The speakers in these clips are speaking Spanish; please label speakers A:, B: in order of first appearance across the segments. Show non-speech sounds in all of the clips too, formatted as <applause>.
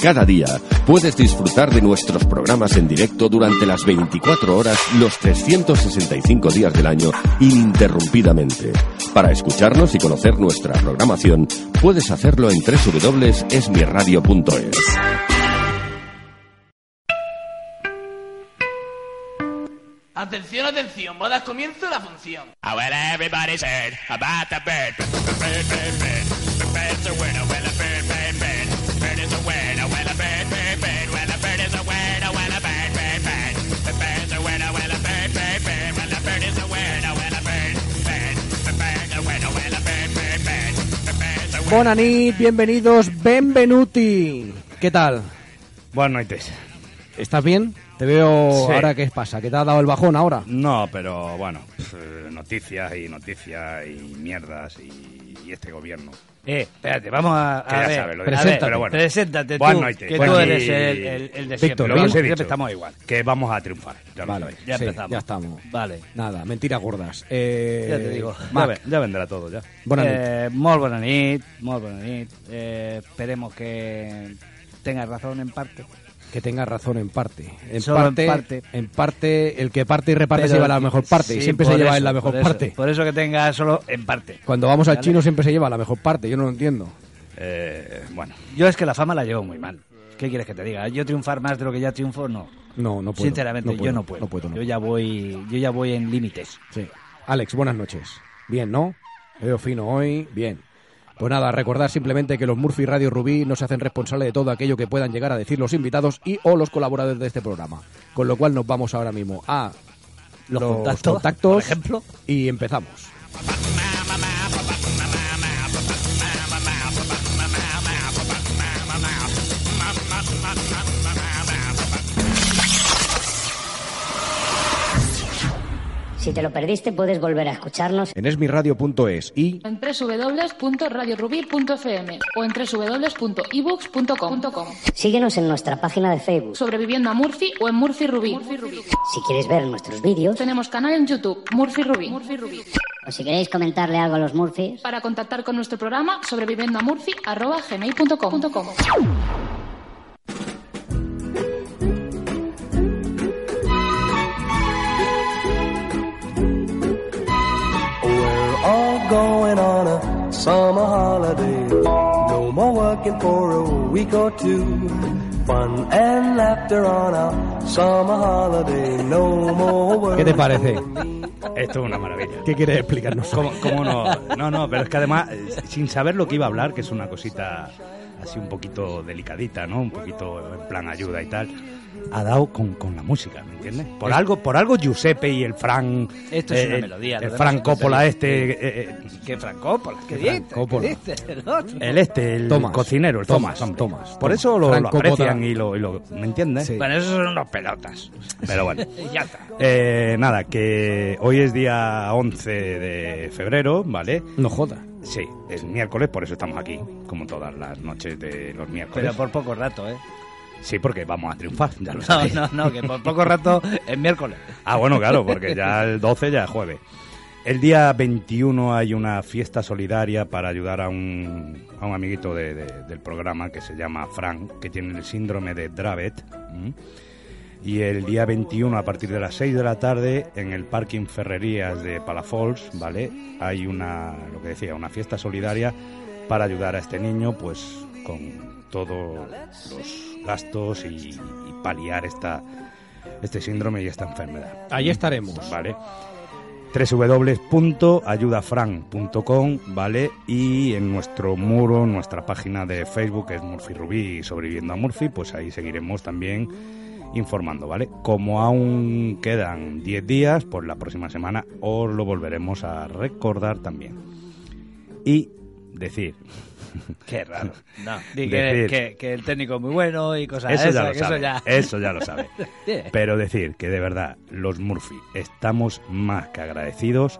A: Cada día puedes disfrutar de nuestros programas en directo durante las 24 horas, los 365 días del año, ininterrumpidamente. Para escucharnos y conocer nuestra programación, puedes hacerlo en www.esmirradio.es.
B: Atención, atención, bodas comienzo la función.
C: I well, everybody's heard about the bird. Bird, bird, bird, bird. The bird's a word, oh, well, a bird, bird, bird. Bird is a word, oh, well, a bird, bird, bird. Well, a bird is a word, oh, well, a bird, bird, bird. The bird's a word, oh, well, a bird, bird, bird. Well, a bird is a word, oh, well, a bird, bird. The bird's a word, oh, well, a bird, bird, bird. The bird's a word.
D: Bonanit, bienvenidos, benvenuti. ¿Qué tal?
E: Buenas noches.
D: ¿Estás bien? Te veo
E: Sí.
D: ahora qué pasa, que te ha dado el bajón ahora.
E: No, pero bueno, pf, noticias y noticias y mierdas y, y este gobierno.
F: Eh, espérate, vamos a,
E: Que
F: a
E: ya
F: ver.
E: sabes lo que-
F: A
D: preséntate,
F: ver,
E: pero bueno.
F: Preséntate tú,
E: Buenas noches.
F: que
E: Bueno,
F: tú
E: y-
F: eres el, el, el de siempre.
D: Víctor,
E: Lo que os he
F: siempre
E: dicho,
F: estamos igual.
E: Que vamos a triunfar. Ya
D: Vale,
E: lo veis.
F: Ya
D: sí,
F: empezamos.
D: Ya estamos.
F: Vale.
D: Nada, mentiras gordas. Eh,
F: Ya te digo.
E: Ya,
D: Mac,
E: ve- ya vendrá todo, ya.
D: bona nit.
F: Eh, molt bona nit, molt bona nit. Eh, esperemos que tengas razón en parte.
D: Que tengas razón en parte. En
F: Solo en
D: parte,
F: parte.
D: en parte, el que parte y reparte
F: Pero-
D: se lleva la mejor parte.
F: sí,
D: y siempre se
F: por
D: lleva
F: eso,
D: en la mejor
F: por eso.
D: parte.
F: Por eso que tengas solo en parte.
D: Cuando vamos al
F: Vale.
D: chino siempre se lleva la mejor parte. Yo no lo entiendo.
E: Eh, bueno,
F: Yo es que la fama la llevo muy mal. ¿Qué quieres que te diga? Yo triunfar más de lo que ya triunfo, no.
D: No, no puedo.
F: Sinceramente,
D: puedo,
F: yo no puedo.
D: No puedo, no
F: Yo ya voy, yo ya voy en límites.
D: Sí. Alex, buenas noches. Bien, ¿no? Te veo fino hoy. Bien. Pues nada, recordar simplemente que los Murphy Radio Rubí no se hacen responsables de todo aquello que puedan llegar a decir los invitados y o los colaboradores de este programa. Con lo cual nos vamos ahora mismo a los,
F: contactos,
D: contactos
F: por ejemplo.
D: y empezamos.
G: Si te lo perdiste, puedes volver a escucharnos
D: En esmiradio.es y
H: en www.radiorubí.fm o en www.ebooks.com.
G: síguenos en nuestra página de Facebook.
H: Sobreviviendo a Murphy o en Murphy Rubí.
G: Si quieres ver nuestros vídeos
H: Tenemos canal en YouTube, Murphy Rubí.
G: o si queréis comentarle algo a los Murphys,
H: Para contactar con nuestro programa, sobreviviendo a Murphy, arroba gmail.com.
B: We're all going on a summer holiday. No more working for a week or two. Fun and laughter on a summer holiday. No more work.
D: ¿qué te parece?
E: esto es una maravilla.
D: ¿Qué quieres explicarnos?
E: ¿Cómo, cómo no? No, no, pero es que además, eh, sin saber lo que iba a hablar, que es una cosita así un poquito delicadita, ¿no? Un poquito en plan ayuda y tal. Ha dado con, con la música, ¿me entiendes? Por algo, por algo Giuseppe y el Fran...
F: Esto es una melodía, lo
E: El
F: demás
E: Fran
F: es tontería.
E: Coppola este... eh, eh,
F: Que Francópola, ¿qué
D: Frank
F: dices? ¿Qué
D: Coppola.
F: dices? El otro.
E: el este, el
D: Thomas.
E: cocinero, el
D: Thomas,
E: Thomas.
D: Thomas,
E: Por
D: Thomas.
E: eso lo,
D: Frank
E: lo aprecian
D: Coppola.
E: y lo, y lo- ¿Me entiendes?
D: Sí.
F: Bueno, esos son unos pelotas.
E: Pero bueno.
F: <laughs> Ya está.
E: Eh, nada, que hoy es día 11 de febrero, ¿vale?
D: No joda.
E: Sí, es miércoles, por eso estamos aquí, como todas las noches de los miércoles.
F: Pero por poco rato, ¿eh?
E: Sí, porque vamos a triunfar, ya lo
F: No,
E: sabéis.
F: no, no, que por poco rato es miércoles.
E: Ah, bueno, claro, porque ya el 12 ya es jueves. El día 21 hay una fiesta solidaria para ayudar a un, a un amiguito de- de- del programa que se llama Frank, que tiene el síndrome de Dravet. ¿m? Y el día 21, a partir de las 6 de la tarde, en el parking Ferrerías de Palafols, ¿vale? Hay una, lo que decía, una fiesta solidaria para ayudar a este niño, pues, con todos los gastos y- y paliar esta este síndrome y esta enfermedad.
D: Allí estaremos.
E: Vale. www.ayudafran.com, ¿vale? Y en nuestro muro, en nuestra página de Facebook, que es Murphy Rubí y Sobreviviendo a Murphy, pues ahí seguiremos también informando, ¿vale? Como aún quedan 10 días, pues la próxima semana os lo volveremos a recordar también. Y decir, <laughs>
F: Qué raro. No, di que,
E: Decir-
F: que- que el técnico es muy bueno y cosas
E: eso, ya
F: esas,
E: lo
F: que
E: sabe,
F: Eso
D: Eh,
F: ya.
E: eso ya lo sabe.
F: <laughs> Sí.
E: Pero decir que de verdad, los Murphy, estamos más que agradecidos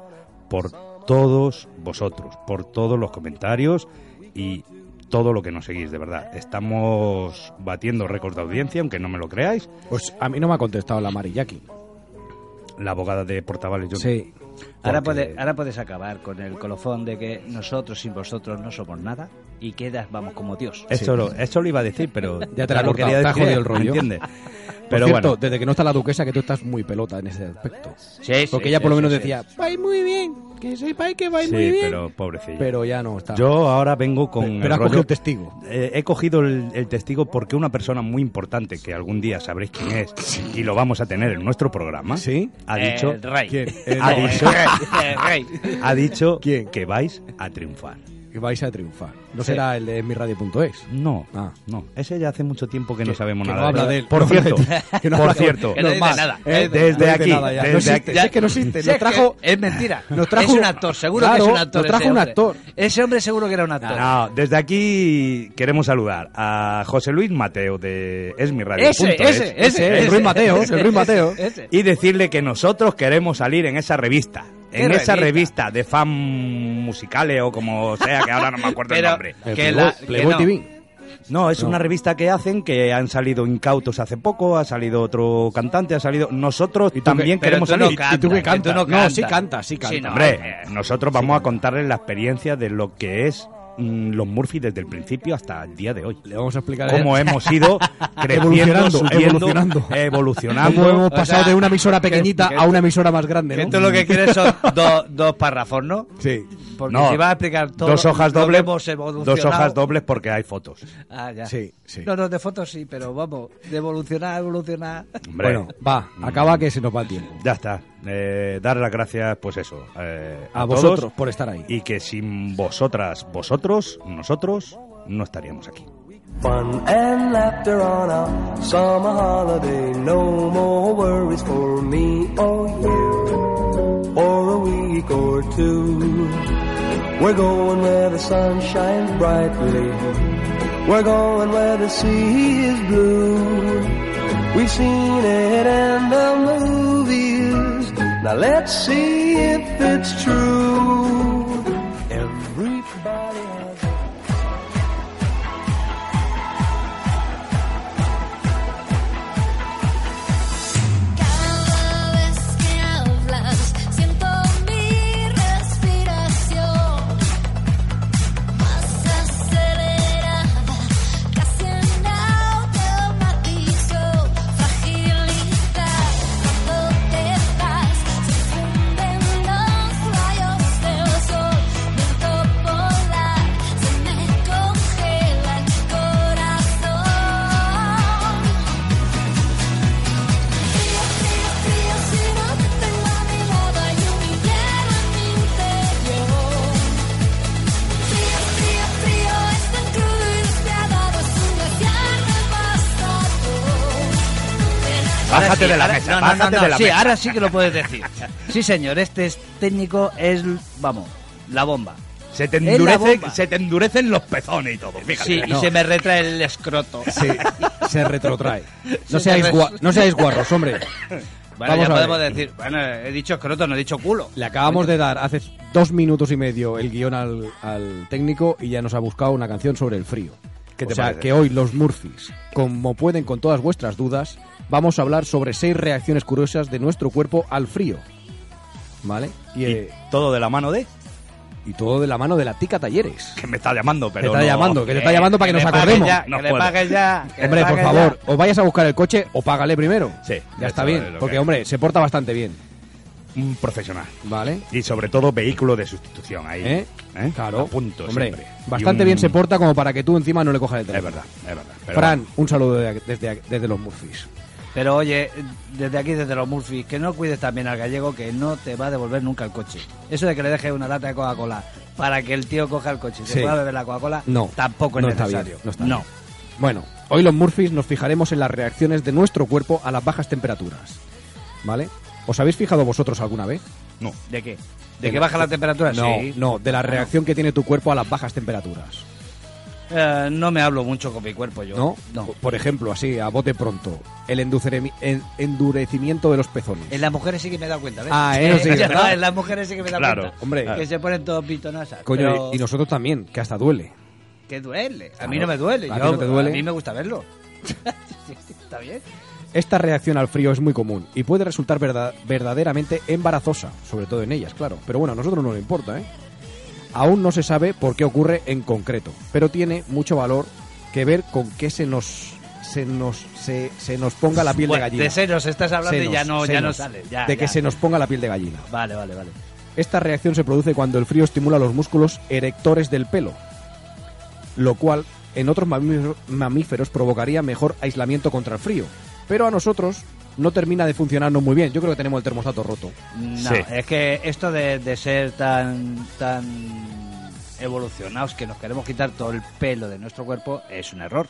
E: por todos vosotros, por todos los comentarios y todo lo que nos seguís, de verdad. Estamos batiendo récords de audiencia, aunque no me lo creáis.
D: Pues a mí no me ha contestado la Mari Jackie.
E: La abogada de Portavales, yo
D: Sí.
F: Ahora,
E: Porque-
F: puede- ahora puedes acabar con el colofón de que nosotros sin vosotros no somos nada y quedas, vamos, como Dios.
E: Eso, lo, eso lo iba a decir, pero
D: Ya te la he
E: lo
D: cortado,
E: quería
D: te ha
E: decir,
D: jodido el rollo.
E: ¿entiendes?
D: Pero
E: Pero
D: cierto,
E: bueno,
D: desde que no está la duquesa, que tú estás muy pelota en ese aspecto.
F: Sí,
D: Porque
F: sí,
D: ella por
F: sí,
D: lo menos
F: sí,
D: decía,
F: sí.
D: vais muy bien, que sepáis que vais muy
E: sí,
D: bien.
E: pero pobrecilla.
D: Pero ya no está.
E: Yo ahora vengo con. el
D: pero has
E: rollo-
D: cogido un testigo.
E: Eh, he cogido el, el testigo porque una persona muy importante, que algún día sabréis quién es y lo vamos a tener en nuestro programa,
F: ¿Ah?
D: ¿Sí?
E: ha dicho,
F: El rey. <laughs>
D: ¿Quién?
E: Eh,
F: Ah,
E: no,
F: el
E: eso-
F: rey, <laughs> el rey.
E: ha dicho
D: ¿Quién?
E: que vais a triunfar.
D: Que vais a triunfar. No será el de esmiradio.es.
E: No,
D: Ah.
E: no. Ese ya hace mucho tiempo que, no sabemos
D: que
E: nada.
D: no habla
E: él.
D: de él.
E: Por
D: No
E: cierto,
D: habla de él. Que no
E: por
D: habla de él.
E: cierto.
F: Que no dice
D: Normal.
F: nada.
D: Eh,
F: Eh,
E: desde
D: no dice
E: aquí,
D: nada ya.
E: desde
D: no existe,
E: aquí.
D: si es que no existe. Nos
F: Sí, es que
D: trajo,
F: Es mentira.
D: nos trajo-
F: es un actor, seguro
D: Claro,
F: que es un actor.
D: nos trajo
F: ese
D: un
F: hombre.
D: actor. Ah,
F: Ese hombre seguro que era un actor.
E: No, desde aquí queremos saludar a José Luis Mateo de Esmiradio.es
F: Ese, ese,
D: ese, el Ruiz Mateos, el Ruiz Mateos.
F: Ese.
E: y decirle que nosotros queremos salir en esa revista.
F: ¿Qué
E: En esa
F: revista?
E: revista de fan musicales o como sea, que ahora no me acuerdo
F: Pero-
E: el nombre.
D: El
F: que
D: Playboy-
F: la- que
D: Playboy
F: no.
D: TV.
E: No, es una revista que hacen que han salido incautos hace poco, ha salido otro cantante, ha salido. Nosotros
D: ¿Y tú
E: también
F: qué? Pero
E: queremos
F: tú no
E: salir.
F: cantas, ¿Y tú qué que tú cantas? no
D: No,
F: cantas.
D: sí canta, sí canta.
F: Sí, no.
E: Hombre, eh, nosotros vamos a contarles la experiencia de lo que es mm, los Murphy desde el principio hasta el día de hoy.
D: Le vamos a explicar
E: Cómo hemos
F: <laughs>
E: ido creciendo,
D: Evolucionando,
E: subiendo,
D: evolucionando.
E: evolucionando.
D: cómo hemos pasado
F: sea,
D: de una emisora pequeñita
F: que-
D: a una emisora más grande.
F: Que
D: ¿no?
F: tú lo que quieres
E: <laughs>
F: son dos, dos párrafos, ¿no?
D: Sí.
F: Porque
E: No,
F: si vas a explicar todo.
E: dos hojas
F: lo que
E: dobles,
F: hemos
E: dos
F: evolucionado-
E: hojas dobles porque hay fotos.
F: Ah, ya.
D: Sí, sí.
F: No, no, de fotos sí, pero vamos, de evolucionar, evolucionar.
E: Hombre,
D: Bueno, va,
F: Mm.
D: acaba que se nos va el tiempo.
E: ya está. Eh, dar las gracias, pues eso, eh,
D: A,
E: a,
D: vosotros
E: todos.
D: por estar ahí.
E: y que sin vosotras, vosotros, nosotros no estaríamos aquí.
I: Fun and laughter on our summer holiday. No more worries for me or you. For a week or two. We're going where the sun shines brightly. We're going where the sea is blue. We've seen it in the movies. Now let's see if it's true. Everybody has.
J: Cada vez que hablas siento mi respiración más acelerada, casi en automático. Fragilidad cuando te vas, se funden los rayos del sol. Viento polar, se me congela el corazón. Frío, frío, frío, si no te tengo a mi lado hay un invierno en mi interior Frío, frío, frío, es tan crudo y despiadado, es un glaciar devastador
E: Bájate
F: Ahora sí,
E: de la
F: ahora-
E: mesa,
F: no, no,
E: bájate
F: no,
E: de la
F: sí, ah,
E: mesa.
F: ahora sí que lo
D: <laughs>
F: puedes decir. Sí, señor, este es- técnico es, vamos, la bomba.
E: Se te,
F: Es la
E: endurece,
F: bomba.
E: se te endurecen los pezones y todo. Fíjate.
F: Sí, y
D: no.
F: se me retrae el escroto.
D: Sí, se retrotrae. No
F: Se
D: seáis,
F: te-
D: gua- no seáis guarros, hombre.
F: Bueno,
D: Vamos
F: ya
D: a ver.
F: podemos decir, bueno, he dicho escroto, no he dicho culo.
D: Le acabamos de dar hace dos minutos y medio el guión al, al técnico y ya nos ha buscado una canción sobre el frío.
E: ¿Qué te
D: o sea,
E: parece?
D: Pues que hoy los Murphys, como pueden con todas vuestras dudas, vamos a hablar sobre seis reacciones curiosas de nuestro cuerpo al frío. ¿Vale? Y, eh,
E: Y todo de la mano de
D: y todo de la mano de la Tica Talleres.
E: que me está llamando,
D: Te
E: pero
D: está
E: no-
D: llamando, que te está
F: Eh,
D: llamando para que,
F: le
D: nos
F: pagues
D: acordemos.
F: ya,
E: No
F: que le
E: puedo.
F: pagues ya. que le
D: Hombre, por
F: pagues ya.
D: favor, o vayas a buscar el coche o págale primero.
E: Sí, ya
D: ya está
E: está,
D: bien,
E: vale, lo
D: porque
E: que-
D: hombre, se porta bastante bien,
E: un profesional.
D: ¿vale?
E: Y sobre todo vehículo de sustitución ahí.
D: ¿Eh?
E: ¿eh?
D: Claro,
E: A punto
D: hombre,
E: siempre.
D: bastante
E: Y un-
D: bien se porta como para que tú encima no le cojas
E: Es
D: el teléfono.
E: verdad, es verdad. pero
D: Fran, un saludo de- desde, desde los Murphys.
F: Pero oye, desde aquí, desde los Murphy, que no cuides también al gallego que no te va a devolver nunca el coche. Eso de que le dejes una lata de Coca-Cola para que el tío coja el coche y
D: Sí.
F: se pueda beber la Coca-Cola,
D: No.
F: tampoco es
D: no está
F: necesario.
D: bien, no está bien. Bueno, hoy los Murphys nos fijaremos en las reacciones de nuestro cuerpo a las bajas temperaturas. ¿Vale? ¿Os habéis fijado vosotros alguna vez?
E: No.
F: ¿De qué? ¿De que baja la temperatura?
D: No,
F: Sí.
D: no, de la
F: Ah, no.
D: reacción que tiene tu cuerpo a las bajas temperaturas.
F: Eh, no me hablo mucho con mi cuerpo yo.
D: ¿No? Por ejemplo, así, a bote pronto, el enduceremi- en- endurecimiento de los pezones.
F: En las mujeres sí que me he dado cuenta, ¿ves?
D: Ah, eso sí,
F: <laughs> Ya
D: ¿verdad?
F: está, En las mujeres sí que me he dado
D: Claro,
F: cuenta.
D: hombre.
F: Que
D: Claro.
F: se ponen todos pitonasas.
D: Coño,
F: Eh, pero
D: y y nosotros también, que hasta duele.
F: Que duele. A mí
D: Claro.
F: no me duele.
D: ¿A ti
F: yo-
D: no te duele?
F: a mí me gusta verlo. <laughs> Sí, sí, está bien.
D: Esta reacción al frío es muy común y puede resultar verda- verdaderamente embarazosa, sobre todo en ellas, claro. Pero bueno, a nosotros no nos importa, ¿eh? Aún no se sabe por qué ocurre en concreto, pero tiene mucho valor que ver con qué se nos se nos se, se nos ponga la piel
F: Bueno,
D: de gallina.
F: de senos estás hablando y ya no- ya no
D: senos.
F: sale, ya,
D: de que
F: ya.
D: se nos ponga la piel de gallina.
F: Vale, vale, vale.
D: Esta reacción se produce cuando el frío estimula los músculos erectores del pelo, lo cual en otros mamíferos- mamíferos provocaría mejor aislamiento contra el frío. Pero a nosotros no termina de funcionarnos muy bien. Yo creo que tenemos el termostato roto.
F: No, es que esto de, de ser tan tan evolucionados que nos queremos quitar todo el pelo de nuestro cuerpo es un error.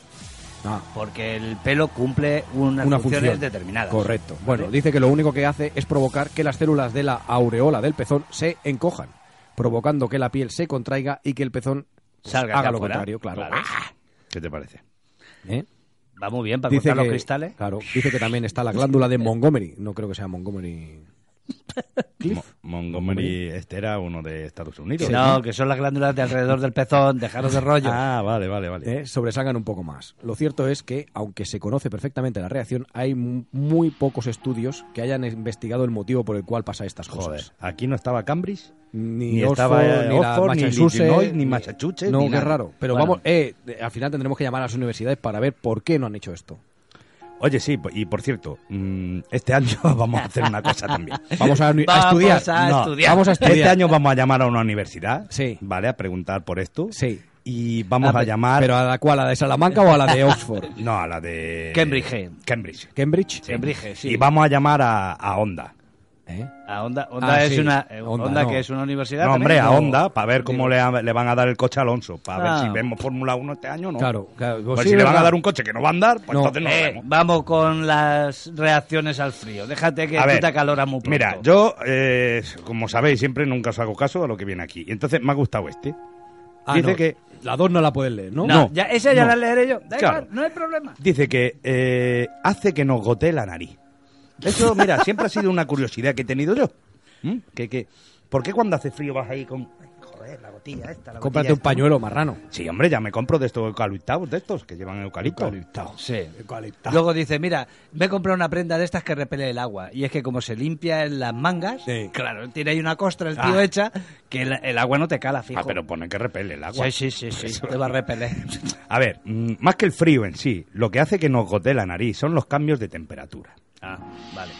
D: Ah.
F: Porque el pelo cumple unas
D: Una
F: funciones
D: función.
F: determinadas.
D: Correcto.
F: ¿vale?
D: Bueno, dice que lo único que hace es provocar que las células de la aureola del pezón se encojan, provocando que la piel se contraiga y que el pezón pues,
F: Salga
D: haga
F: hacia
D: lo
F: afuera.
D: contrario, claro.
F: Claro.
E: ¿Qué te parece?
D: ¿Eh?
F: Va muy bien para cortar los cristales.
D: Claro, dice que también está la glándula de Montgomery. No creo que
E: <laughs>
D: sea Montgomery.
E: Mo- Montgomery, este era uno de Estados Unidos.
F: No, que son las glándulas de alrededor del pezón, dejaros de rollo.
E: Ah, vale, vale, vale.
D: eh, sobresalgan un poco más. Lo cierto es que, aunque se conoce perfectamente la reacción, hay mu- muy pocos estudios que hayan investigado el motivo por el cual pasa estas
E: Joder,
D: cosas.
E: aquí no estaba Cambridge,
D: Ni,
E: ni
D: Oxford,
E: estaba eh,
D: ni la
E: Oxford, ni
D: Massachusetts,
E: Illinois, ni Massachusetts,
D: No,
E: ni
D: qué
E: nada.
D: raro. Pero
E: Bueno.
D: vamos, eh, eh, al final tendremos que llamar a las universidades para ver por qué no han hecho esto.
E: Oye, sí, po- y por cierto, mm, este año <laughs> vamos a hacer una cosa también.
D: <laughs>
E: <laughs>
D: Vamos a- a Vamos estudiar. a
E: No,
D: estudiar. vamos a
E: Este
D: estudiar.
E: año vamos a llamar a una universidad,
D: Sí.
E: ¿vale? A preguntar por esto.
D: Sí.
E: Y vamos
D: Ah,
E: a
D: pe-
E: llamar...
D: ¿Pero a la cual? ¿A la de Salamanca o a la
E: <laughs>
D: de Oxford?
E: No, a la de...
F: Cambridge.
E: Cambridge.
D: ¿Cambridge?
F: Cambridge, sí.
E: Y vamos a llamar a, a Onda.
D: ¿Eh?
F: A Onda, Onda
D: Ah,
F: es
D: sí.
F: una eh,
D: Onda,
F: Onda,
D: no.
F: que es una universidad.
E: No, hombre,
F: también,
E: a
F: ¿o?
E: Honda, para ver cómo le, ha- le van a dar el coche a Alonso, para
F: Ah.
E: ver si vemos Fórmula 1 este año o no.
D: Claro, claro.
E: Pues
D: Sí,
E: si le van
D: ¿verdad?
E: a dar un coche que no van a dar, pues
D: No.
E: entonces no lo
F: Eh,
E: vemos.
F: vamos con las reacciones al frío. Déjate que
E: A
F: tú
E: ver,
F: te acaloras muy pronto.
E: Mira, yo, eh, como sabéis, siempre nunca os hago caso a lo que viene aquí. Y Entonces me ha gustado este.
D: Ah,
E: dice
D: no,
E: que.
D: La dos no la puedes leer, ¿no?
F: No, ya- esa ya
E: no.
F: la leeré yo. Da
E: Claro.
F: igual, no hay problema.
E: Dice que eh, hace que nos gotee la nariz. Eso,
F: <laughs>
E: mira, siempre ha sido una curiosidad que he tenido yo. ¿Mm? Que, que, ¿Por qué cuando hace frío vas ahí con. ay, Joder, la gotilla esta. La
D: Cómprate
E: gotilla
D: un
E: esta"?
D: pañuelo marrano.
E: Sí, hombre, ya me compro de estos eucaliptados, de estos que llevan eucalipto. Ah,
F: Sí.
D: Eucalipto.
F: Luego dice, mira, me he comprado una prenda de estas que repele el agua. Y es que como se limpia en las mangas,
D: Sí.
F: claro, tiene ahí una costra el tío hecha, que el, el agua no te cala, fijo.
E: Ah, pero pone que repele el agua.
F: Sí, sí, sí, sí, te va
E: <laughs>
F: a repeler.
E: A ver, mm, más que el frío en sí, lo que hace que nos gotee la nariz son los cambios de temperatura.
F: Ah, vale.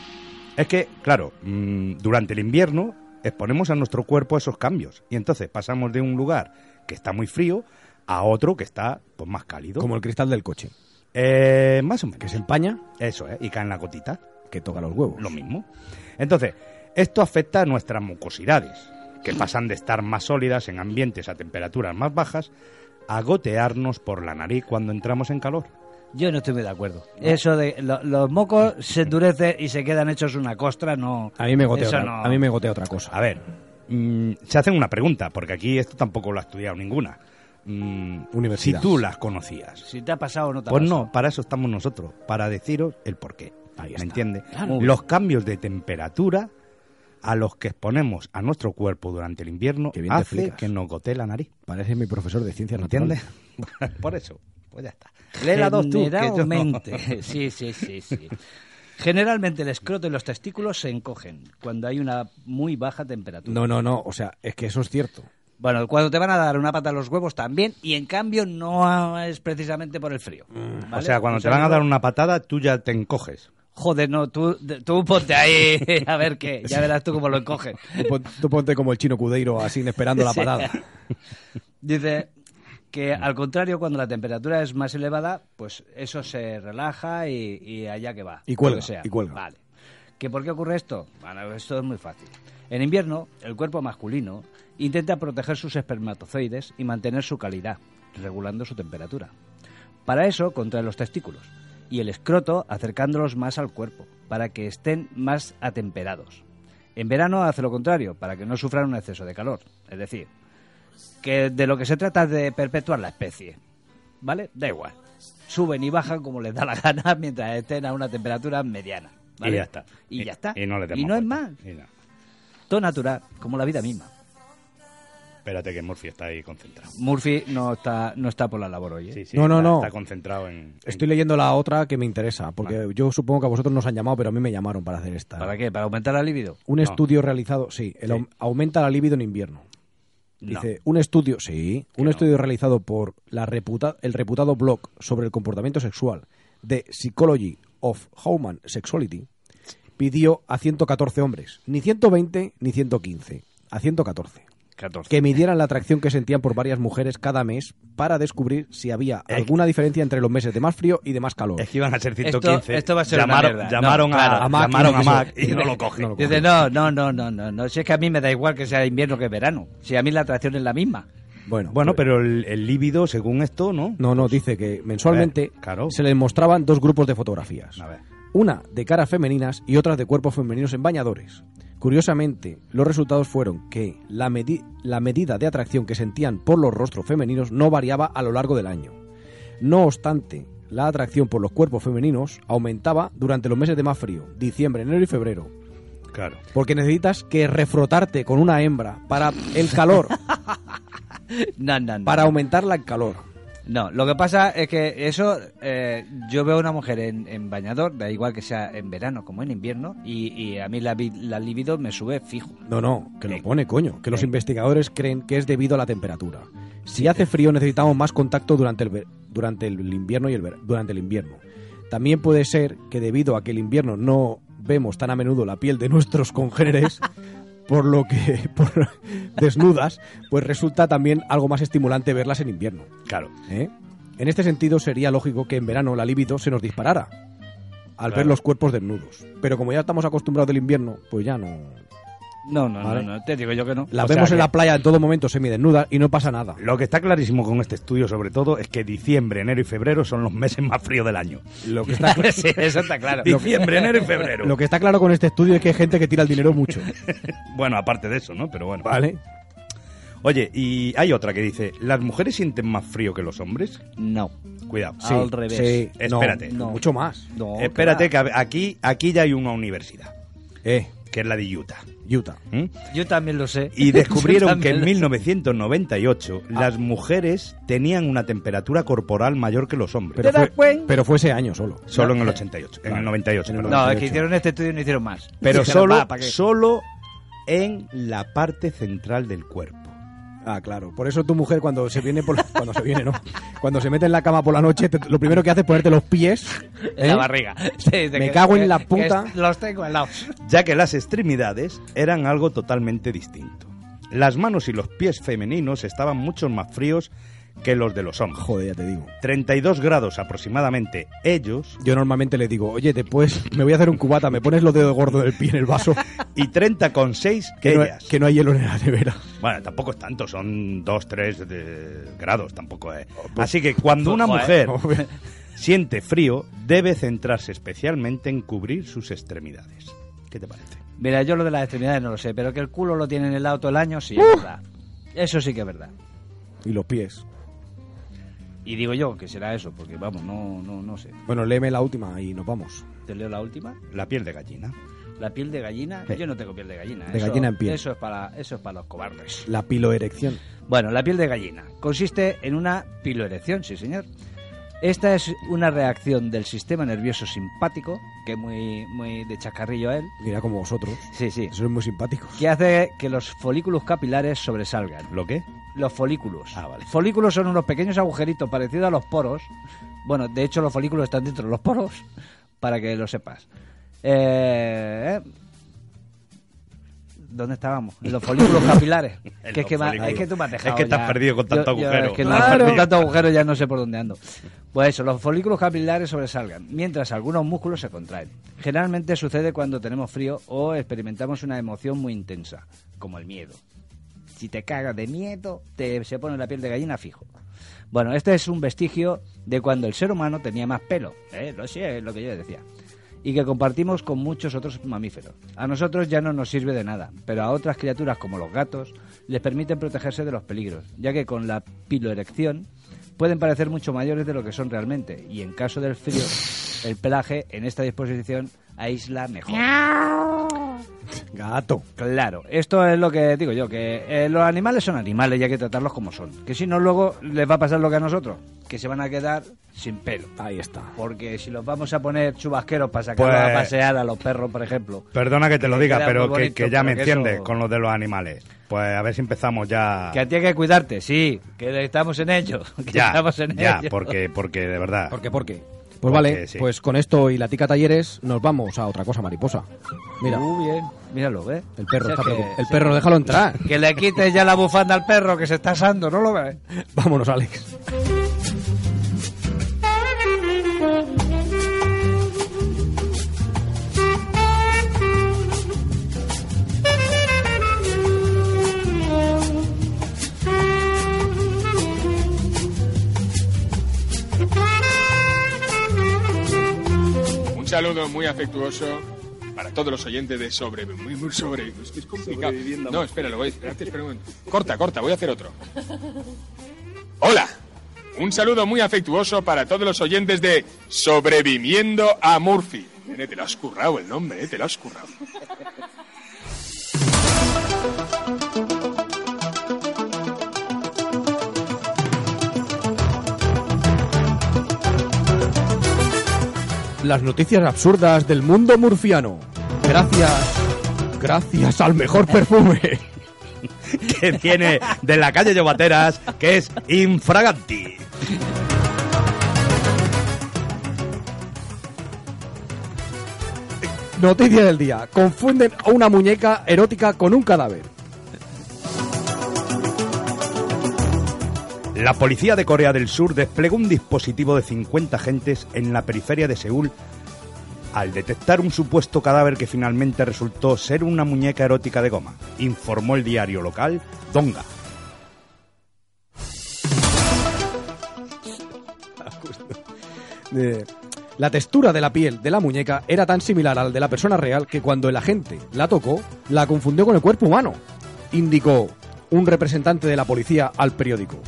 E: Es que, claro, mm, durante el invierno exponemos a nuestro cuerpo a esos cambios y entonces pasamos de un lugar que está muy frío a otro que está pues, más cálido.
D: Como el cristal del coche.
E: Eh, más o menos.
D: Que se empaña,
E: Eso es, y caen las gotitas,
D: que toca los huevos.
E: lo mismo. Entonces, esto afecta a nuestras mucosidades, que pasan de estar más sólidas en ambientes a temperaturas más bajas a gotearnos por la nariz cuando entramos en calor.
F: Yo no estoy muy de acuerdo. Eso de lo- los mocos se endurecen y se quedan hechos una costra, no.
D: A mí me gotea,
F: eso
D: otra,
F: no.
D: a mí me gotea otra cosa.
E: A ver, mm, se hacen una pregunta, porque aquí esto tampoco lo ha estudiado ninguna. Mm,
D: Universidad.
E: Si tú las conocías.
F: Si te ha pasado o no te ha
E: Pues
F: pasado.
E: no, para eso estamos nosotros, para deciros el porqué.
D: Ahí
E: ¿Me
D: está.
E: entiende?
D: Claro.
E: Muy Los cambios de temperatura a los que exponemos a nuestro cuerpo durante el invierno
D: Qué bien te
E: hace
D: explicas.
E: que nos gotee la nariz.
D: Parece mi profesor de ciencias
E: ¿Me
D: naturales.
E: entiendes?
F: <laughs>
E: Por eso, pues ya está. Lee la dos tú. que yo no-
F: <laughs> Generalmente, sí, sí, sí, sí. Generalmente el escroto y los testículos se encogen cuando hay una muy baja temperatura.
D: No, no, no. O sea, es que eso es cierto.
F: Bueno, cuando te van a dar una pata a los huevos también, y en cambio no es precisamente por el frío.
E: Mm, O
F: ¿vale?
E: sea, cuando
F: Un
E: te van a
F: saludo.
E: dar una patada, tú ya te encoges.
F: Joder, no, tú, tú ponte ahí <laughs> a ver qué, ya verás tú cómo lo encoges.
D: <laughs> Tú pon- Tú ponte como el chino Cudeiro, así, esperando la
F: Sí.
D: parada.
F: Dice, que
D: Mm.
F: al contrario, cuando la temperatura es más elevada, pues eso se relaja y, y allá que va.
D: Y cuelga,
F: lo que sea.
D: y cuelga.
F: Vale. ¿Que ¿Por qué ocurre esto? Bueno, esto es muy fácil. En invierno, el cuerpo masculino intenta proteger sus espermatozoides y mantener su calidad, regulando su temperatura. Para eso, contrae los testículos y el escroto acercándolos más al cuerpo, para que estén más atemperados. En verano hace lo contrario, para que no sufran un exceso de calor. Es decir, que de lo que se trata es de perpetuar la especie. ¿Vale? Da igual. Suben y bajan como les da la gana <laughs> mientras estén a una temperatura mediana. ¿vale?
E: Y ya está.
F: Y ya está.
E: Y no le demos
F: es más.
E: vueltas. Y no.
F: Todo natural, como la vida misma.
E: Espérate que Murphy está ahí concentrado.
F: Murphy no está, no está por la labor hoy. ¿eh?
E: Sí, sí,
D: No, no,
E: está-
D: no.
E: Está concentrado en...
D: Estoy leyendo la otra que me interesa, porque yo supongo que a vosotros nos han llamado, pero a mí me llamaron para hacer esta.
F: ¿Para qué? ¿Para aumentar la libido?
D: Un
E: No.
D: estudio realizado, sí, el au- aumenta la libido en invierno.
F: No.
D: Dice, un estudio, sí, un estudio realizado por la reputa- el reputado blog sobre el comportamiento sexual de Psychology of Human Sexuality pidió a 114 hombres, ni 120 ni 115, a 114,
F: 14.
D: que midieran la atracción que sentían por varias mujeres cada mes para descubrir si había alguna diferencia entre los meses de más frío y de más calor.
E: Es que iban a ser
F: Esto-
E: 115.
F: esto va a ser una
E: llamaron,
F: mierda.
E: Llamaron,
F: No,
E: a,
F: claro.
D: A Mac
E: llamaron
D: no
E: a
D: quiso.
E: Mac y no lo cogen.
D: No lo coge.
F: Dice, no, no, no, no, no, no. Si es que a mí me da igual que sea invierno que verano. Si a mí la atracción es la misma. <laughs>
D: Bueno,
E: Bueno,
D: pues-
E: pero el, el líbido, según esto, ¿no?
D: No, no, dice que mensualmente
E: Ver, claro.
D: se les mostraban dos grupos de fotografías.
E: A ver.
D: Una de caras femeninas y otra de cuerpos femeninos en bañadores. Curiosamente, los resultados fueron que la, medi- la medida de atracción que sentían por los rostros femeninos no variaba a lo largo del año. No obstante, la atracción por los cuerpos femeninos aumentaba durante los meses de más frío, diciembre, enero y febrero,
E: Claro.
D: porque necesitas que refrotarte con una hembra para el calor,
F: No, no, no.
D: para aumentarla el calor.
F: No, lo que pasa es que eso, eh, yo veo a una mujer en, en bañador, da igual que sea en verano como en invierno, y, y a mí la, vi- la libido me sube fijo.
D: No, no, que lo
F: Eh,
D: pone, coño. Que los
F: eh.
D: investigadores creen que es debido a la temperatura. Si hace frío necesitamos más contacto durante el, ver- durante el invierno y el ver- durante el invierno. También puede ser que debido a que el invierno no vemos tan a menudo la piel de nuestros
F: <laughs>
D: congéneres, por lo que <laughs> por- desnudas, pues resulta también algo más estimulante verlas en invierno.
E: Claro.
D: ¿eh? En este sentido sería lógico que en verano la libido se nos disparara al ver
E: Claro.
D: los cuerpos desnudos. Pero como ya estamos acostumbrados del invierno, pues ya no.
F: No, no,
D: Vale.
F: no, no, te digo yo que no.
D: La
E: O sea
D: vemos en
E: que-
D: la playa en todo momento semidesnuda y no pasa nada.
E: Lo que está clarísimo con este estudio, sobre todo, es que diciembre, enero y febrero son los meses más fríos del año.
D: Lo que está,
E: <laughs>
F: Sí, eso está claro.
E: Diciembre, enero y febrero.
D: lo que está claro con este estudio es que hay gente que tira el
E: <laughs>
D: dinero mucho.
E: Bueno, aparte de eso, ¿no? Pero bueno.
D: ¿Vale?
E: Oye, y hay otra que dice, ¿las mujeres sienten más frío que los hombres?
F: No,
E: Cuidado.
F: Al revés.
D: sí, no,
E: Espérate.
F: No.
D: Mucho más.
F: no.
E: Espérate, que a- aquí, aquí ya hay una universidad,
D: Eh,
E: que es la de Utah.
D: Utah.
E: ¿Mm? <laughs>
F: claro. Yo también lo sé.
E: Y
F: <laughs> Yo
E: descubrieron que
F: también
E: en
F: lo-
E: 1998 las mujeres tenían una temperatura corporal mayor que los hombres.
D: Pero
F: das
D: fue,
F: cuenta?
D: pero fue ese año solo.
E: Solo en el 88. En el 98,
D: En el
E: perdón.
F: No, es
D: 98.
F: que hicieron este estudio y no hicieron más.
E: Pero
F: <laughs> Dijeron,
E: solo,
F: "Va, ¿pa' qué?".
E: solo en la parte central del cuerpo.
D: Ah, claro. Por eso tu mujer cuando se viene por la- <laughs> cuando se viene, ¿no? Cuando se mete en la cama por la noche, te- lo primero que hace es ponerte los pies
F: En
D: ¿eh?
F: la barriga. <laughs> Sí, dice
D: Me cago en la
F: que
D: puta.
F: es- Los tengo al lado.
E: ya que las extremidades eran algo totalmente distinto. Las manos y los pies femeninos estaban mucho más fríos que los de los hombres.
D: Joder, ya te digo.
E: 32 grados aproximadamente ellos
D: Yo normalmente le digo, oye, después me voy a hacer un cubata, me pones los dedos gordos del pie en
E: <laughs>
D: el vaso,
E: y 30,6
D: <laughs> que, no,
E: ellas.
D: que no hay hielo en la nevera. <laughs>
E: Bueno, tampoco es tanto, son 2, 3 grados, tampoco es.
D: Oh, pues-
E: Así que cuando una
F: Ojo, eh.
E: mujer
D: <laughs>
E: siente frío, debe centrarse especialmente en cubrir sus extremidades. ¿Qué te parece?
F: Mira, yo lo de las extremidades no lo sé, pero que el culo lo tienen helado todo el año, sí,
D: ¡Uh!
F: es verdad. Eso sí que es verdad.
D: Y los pies.
F: Y digo yo que será eso, porque vamos, no, no, no sé.
D: Bueno, léeme la última y nos vamos.
F: Te leo la última.
E: La piel de gallina.
F: La piel de gallina.
D: Sí.
F: Yo no tengo piel de gallina.
D: De
F: eso-
D: gallina en piel.
F: Eso es para, eso es para los cobardes.
D: La piloerección.
F: Bueno, la piel de gallina consiste en una piloerección, sí señor. Esta es una reacción del sistema nervioso simpático, que es muy, muy de chascarrillo él.
D: Mira como vosotros.
F: Sí, sí.
D: Sois muy simpáticos.
F: Que hace que los folículos capilares sobresalgan.
E: ¿Lo qué?
F: Los folículos.
E: Ah, vale.
F: Folículos son unos pequeños agujeritos parecidos a los poros. Bueno, de hecho los folículos están dentro de los poros, <laughs> para que lo sepas. Eh, ¿Dónde estábamos? En
E: <laughs>
F: los folículos capilares.
E: En
F: que es,
E: los
F: que me-
E: folículos.
F: es que tú me has dejado
E: Es que te has
F: ya.
E: perdido con
F: Yo-
E: tanto
F: yo-
E: agujero.
F: Es que no,
E: Claro.
F: con tanto agujero ya no sé por dónde ando. Pues eso, los folículos capilares sobresalgan, mientras algunos músculos se contraen. Generalmente sucede cuando tenemos frío o experimentamos una emoción muy intensa, como el miedo. Si te cagas de miedo, te, se pone la piel de gallina fijo. Bueno, este es un vestigio de cuando el ser humano tenía más pelo. ¿eh? Lo sé, es lo que yo decía y que compartimos con muchos otros mamíferos. A nosotros ya no nos sirve de nada, pero a otras criaturas como los gatos les permiten protegerse de los peligros, ya que con la piloerección pueden parecer mucho mayores de lo que son realmente y en caso del frío el pelaje en esta disposición aísla mejor. Gato. Claro, esto es lo que digo yo, que eh, los animales son animales y hay que tratarlos como son. Que si no, luego les va a pasar lo que a nosotros, que se van a quedar sin pelo. Ahí está. Porque si los vamos a poner chubasqueros para sacarlos
E: Pues-
F: a pasear a los perros, por ejemplo.
E: Perdona que te lo
F: Que
E: diga,
F: queda
E: pero
F: muy
E: que,
F: bonito,
E: que ya me
F: pero que eso-
E: entiendes con lo de los animales. Pues a ver si empezamos ya.
F: Que tienes que cuidarte, sí, que estamos en ello. <laughs> Que
E: Ah. ya,
F: estamos en
E: ya,
F: ello.
E: porque, porque de verdad.
D: Porque, porque. Pues vale,
E: sí.
D: pues con esto y la tica talleres nos vamos a otra cosa mariposa. Mira,
F: Muy bien, míralo, ¿ves?
D: el perro
F: O sea
D: está
F: que-
D: preocup- El
F: sí.
D: perro, déjalo entrar.
F: <laughs> Que le quites ya la bufanda al perro que se está asando, ¿no lo ves?
D: Vámonos, Alex.
K: Un saludo muy afectuoso para todos los oyentes de sobre. Muy, muy sobre. Es que es complicado.
L: Sobreviviendo.
K: No, espera, lo voy a espérate, espera un momento. Corta, corta, voy a hacer otro. ¡Hola! Un saludo muy afectuoso para todos los oyentes de Sobreviviendo a Murphy. Nene, te lo has currado el nombre, ¿eh? te lo has currado.
D: Las noticias absurdas del mundo murciano. Gracias. Gracias al mejor perfume.
E: que viene de la calle Llobateras, que es Infraganti.
D: Noticia del día. Confunden a una muñeca erótica con un cadáver.
E: La policía de Corea del Sur desplegó un dispositivo de 50 agentes en la periferia de Seúl al detectar un supuesto cadáver que finalmente resultó ser una muñeca erótica de goma, informó el diario local Donga.
D: Eh, La textura de la piel de la muñeca era tan similar al de la persona real que cuando el agente la tocó, la confundió con el cuerpo humano, indicó un representante de la policía al periódico.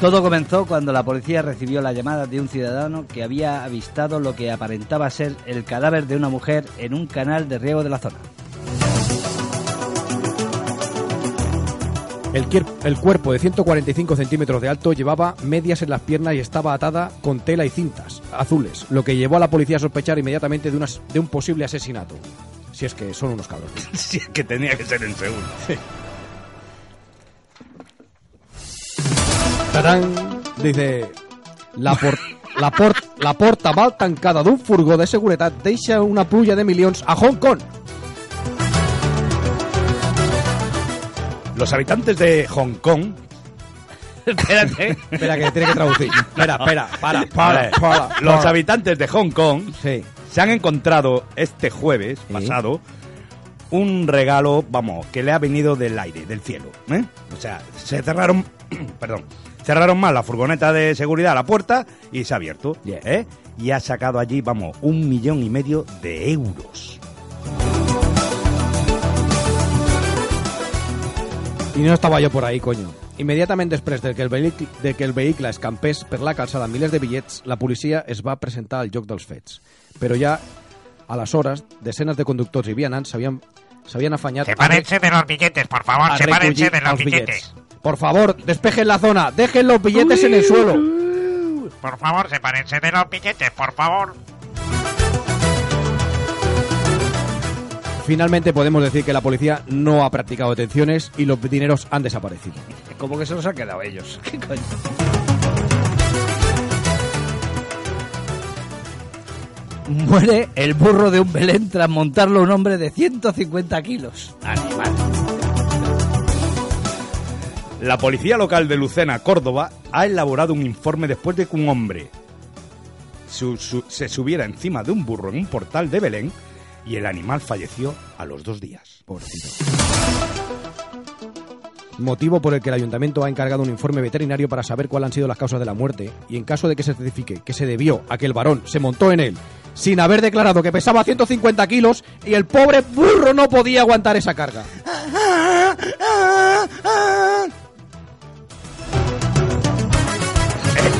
F: Todo comenzó cuando la policía recibió la llamada de un ciudadano que había avistado lo que aparentaba ser el cadáver de una mujer en un canal de riego de
E: <laughs>
F: la zona.
D: El, quier- el cuerpo de 145 centímetros de alto llevaba medias en las piernas y estaba atada con tela y cintas azules, lo que llevó a la policía a sospechar inmediatamente de, unas- de un posible asesinato. Si es que son unos cabrones.
E: si es que tenía que ser en Seúl.
D: ¡Tarán! Dice... La, por- la, por- la porta mal tancada d'un furgó de seguretat deixa una pluja de milions a Hong Kong.
E: Los habitantes de Hong Kong.
F: Espérate.
D: Espera, que tiene
E: <laughs>
D: que traducir. Espera, espera, para, para,
E: Vale.
D: para, para.
E: Los habitantes de Hong Kong se han encontrado este jueves pasado un regalo, vamos, que le ha venido del aire, del cielo. ¿eh? O sea, se cerraron, <clears throat> perdón, cerraron más la furgoneta de seguridad a la puerta y se ha abierto. ¿eh? Y ha sacado allí, vamos, un millón y medio de euros.
D: I no estava jo por ahí, coño. Immediatament després de que el vehicle, de que el vehicle escampés per la calçada amb milers de bitllets, la policia es va presentar al lloc dels fets. Però ja, aleshores, decenes de conductors i vianants s'havien s'havien afanyat...
M: Sepárense de los billetes, por favor,
D: a
M: sepárense
D: recollir
M: de los
D: els
M: billetes.
D: Por favor, despejen la zona, dejen los billetes en el suelo.
M: Por favor, sepárense de los billetes, por favor.
D: Finalmente podemos decir que la policía no ha practicado detenciones y los dineros han desaparecido. <laughs>
F: Como que se los han quedado ellos. ¿Qué coño? Muere el burro de un Belén tras montarlo un hombre de 150 kilos. Animal.
E: La policía local de Lucena, Córdoba, ha elaborado un informe después de que un hombre su- su- se subiera encima de un burro en un portal de Belén y el animal falleció a los dos días.
D: Motivo por el que el ayuntamiento ha encargado un informe veterinario para saber cuáles han sido las causas de la muerte y en caso de que se certifique que se debió a que el varón se montó en él sin haber declarado que pesaba 150 kilos y el pobre burro no podía aguantar esa carga.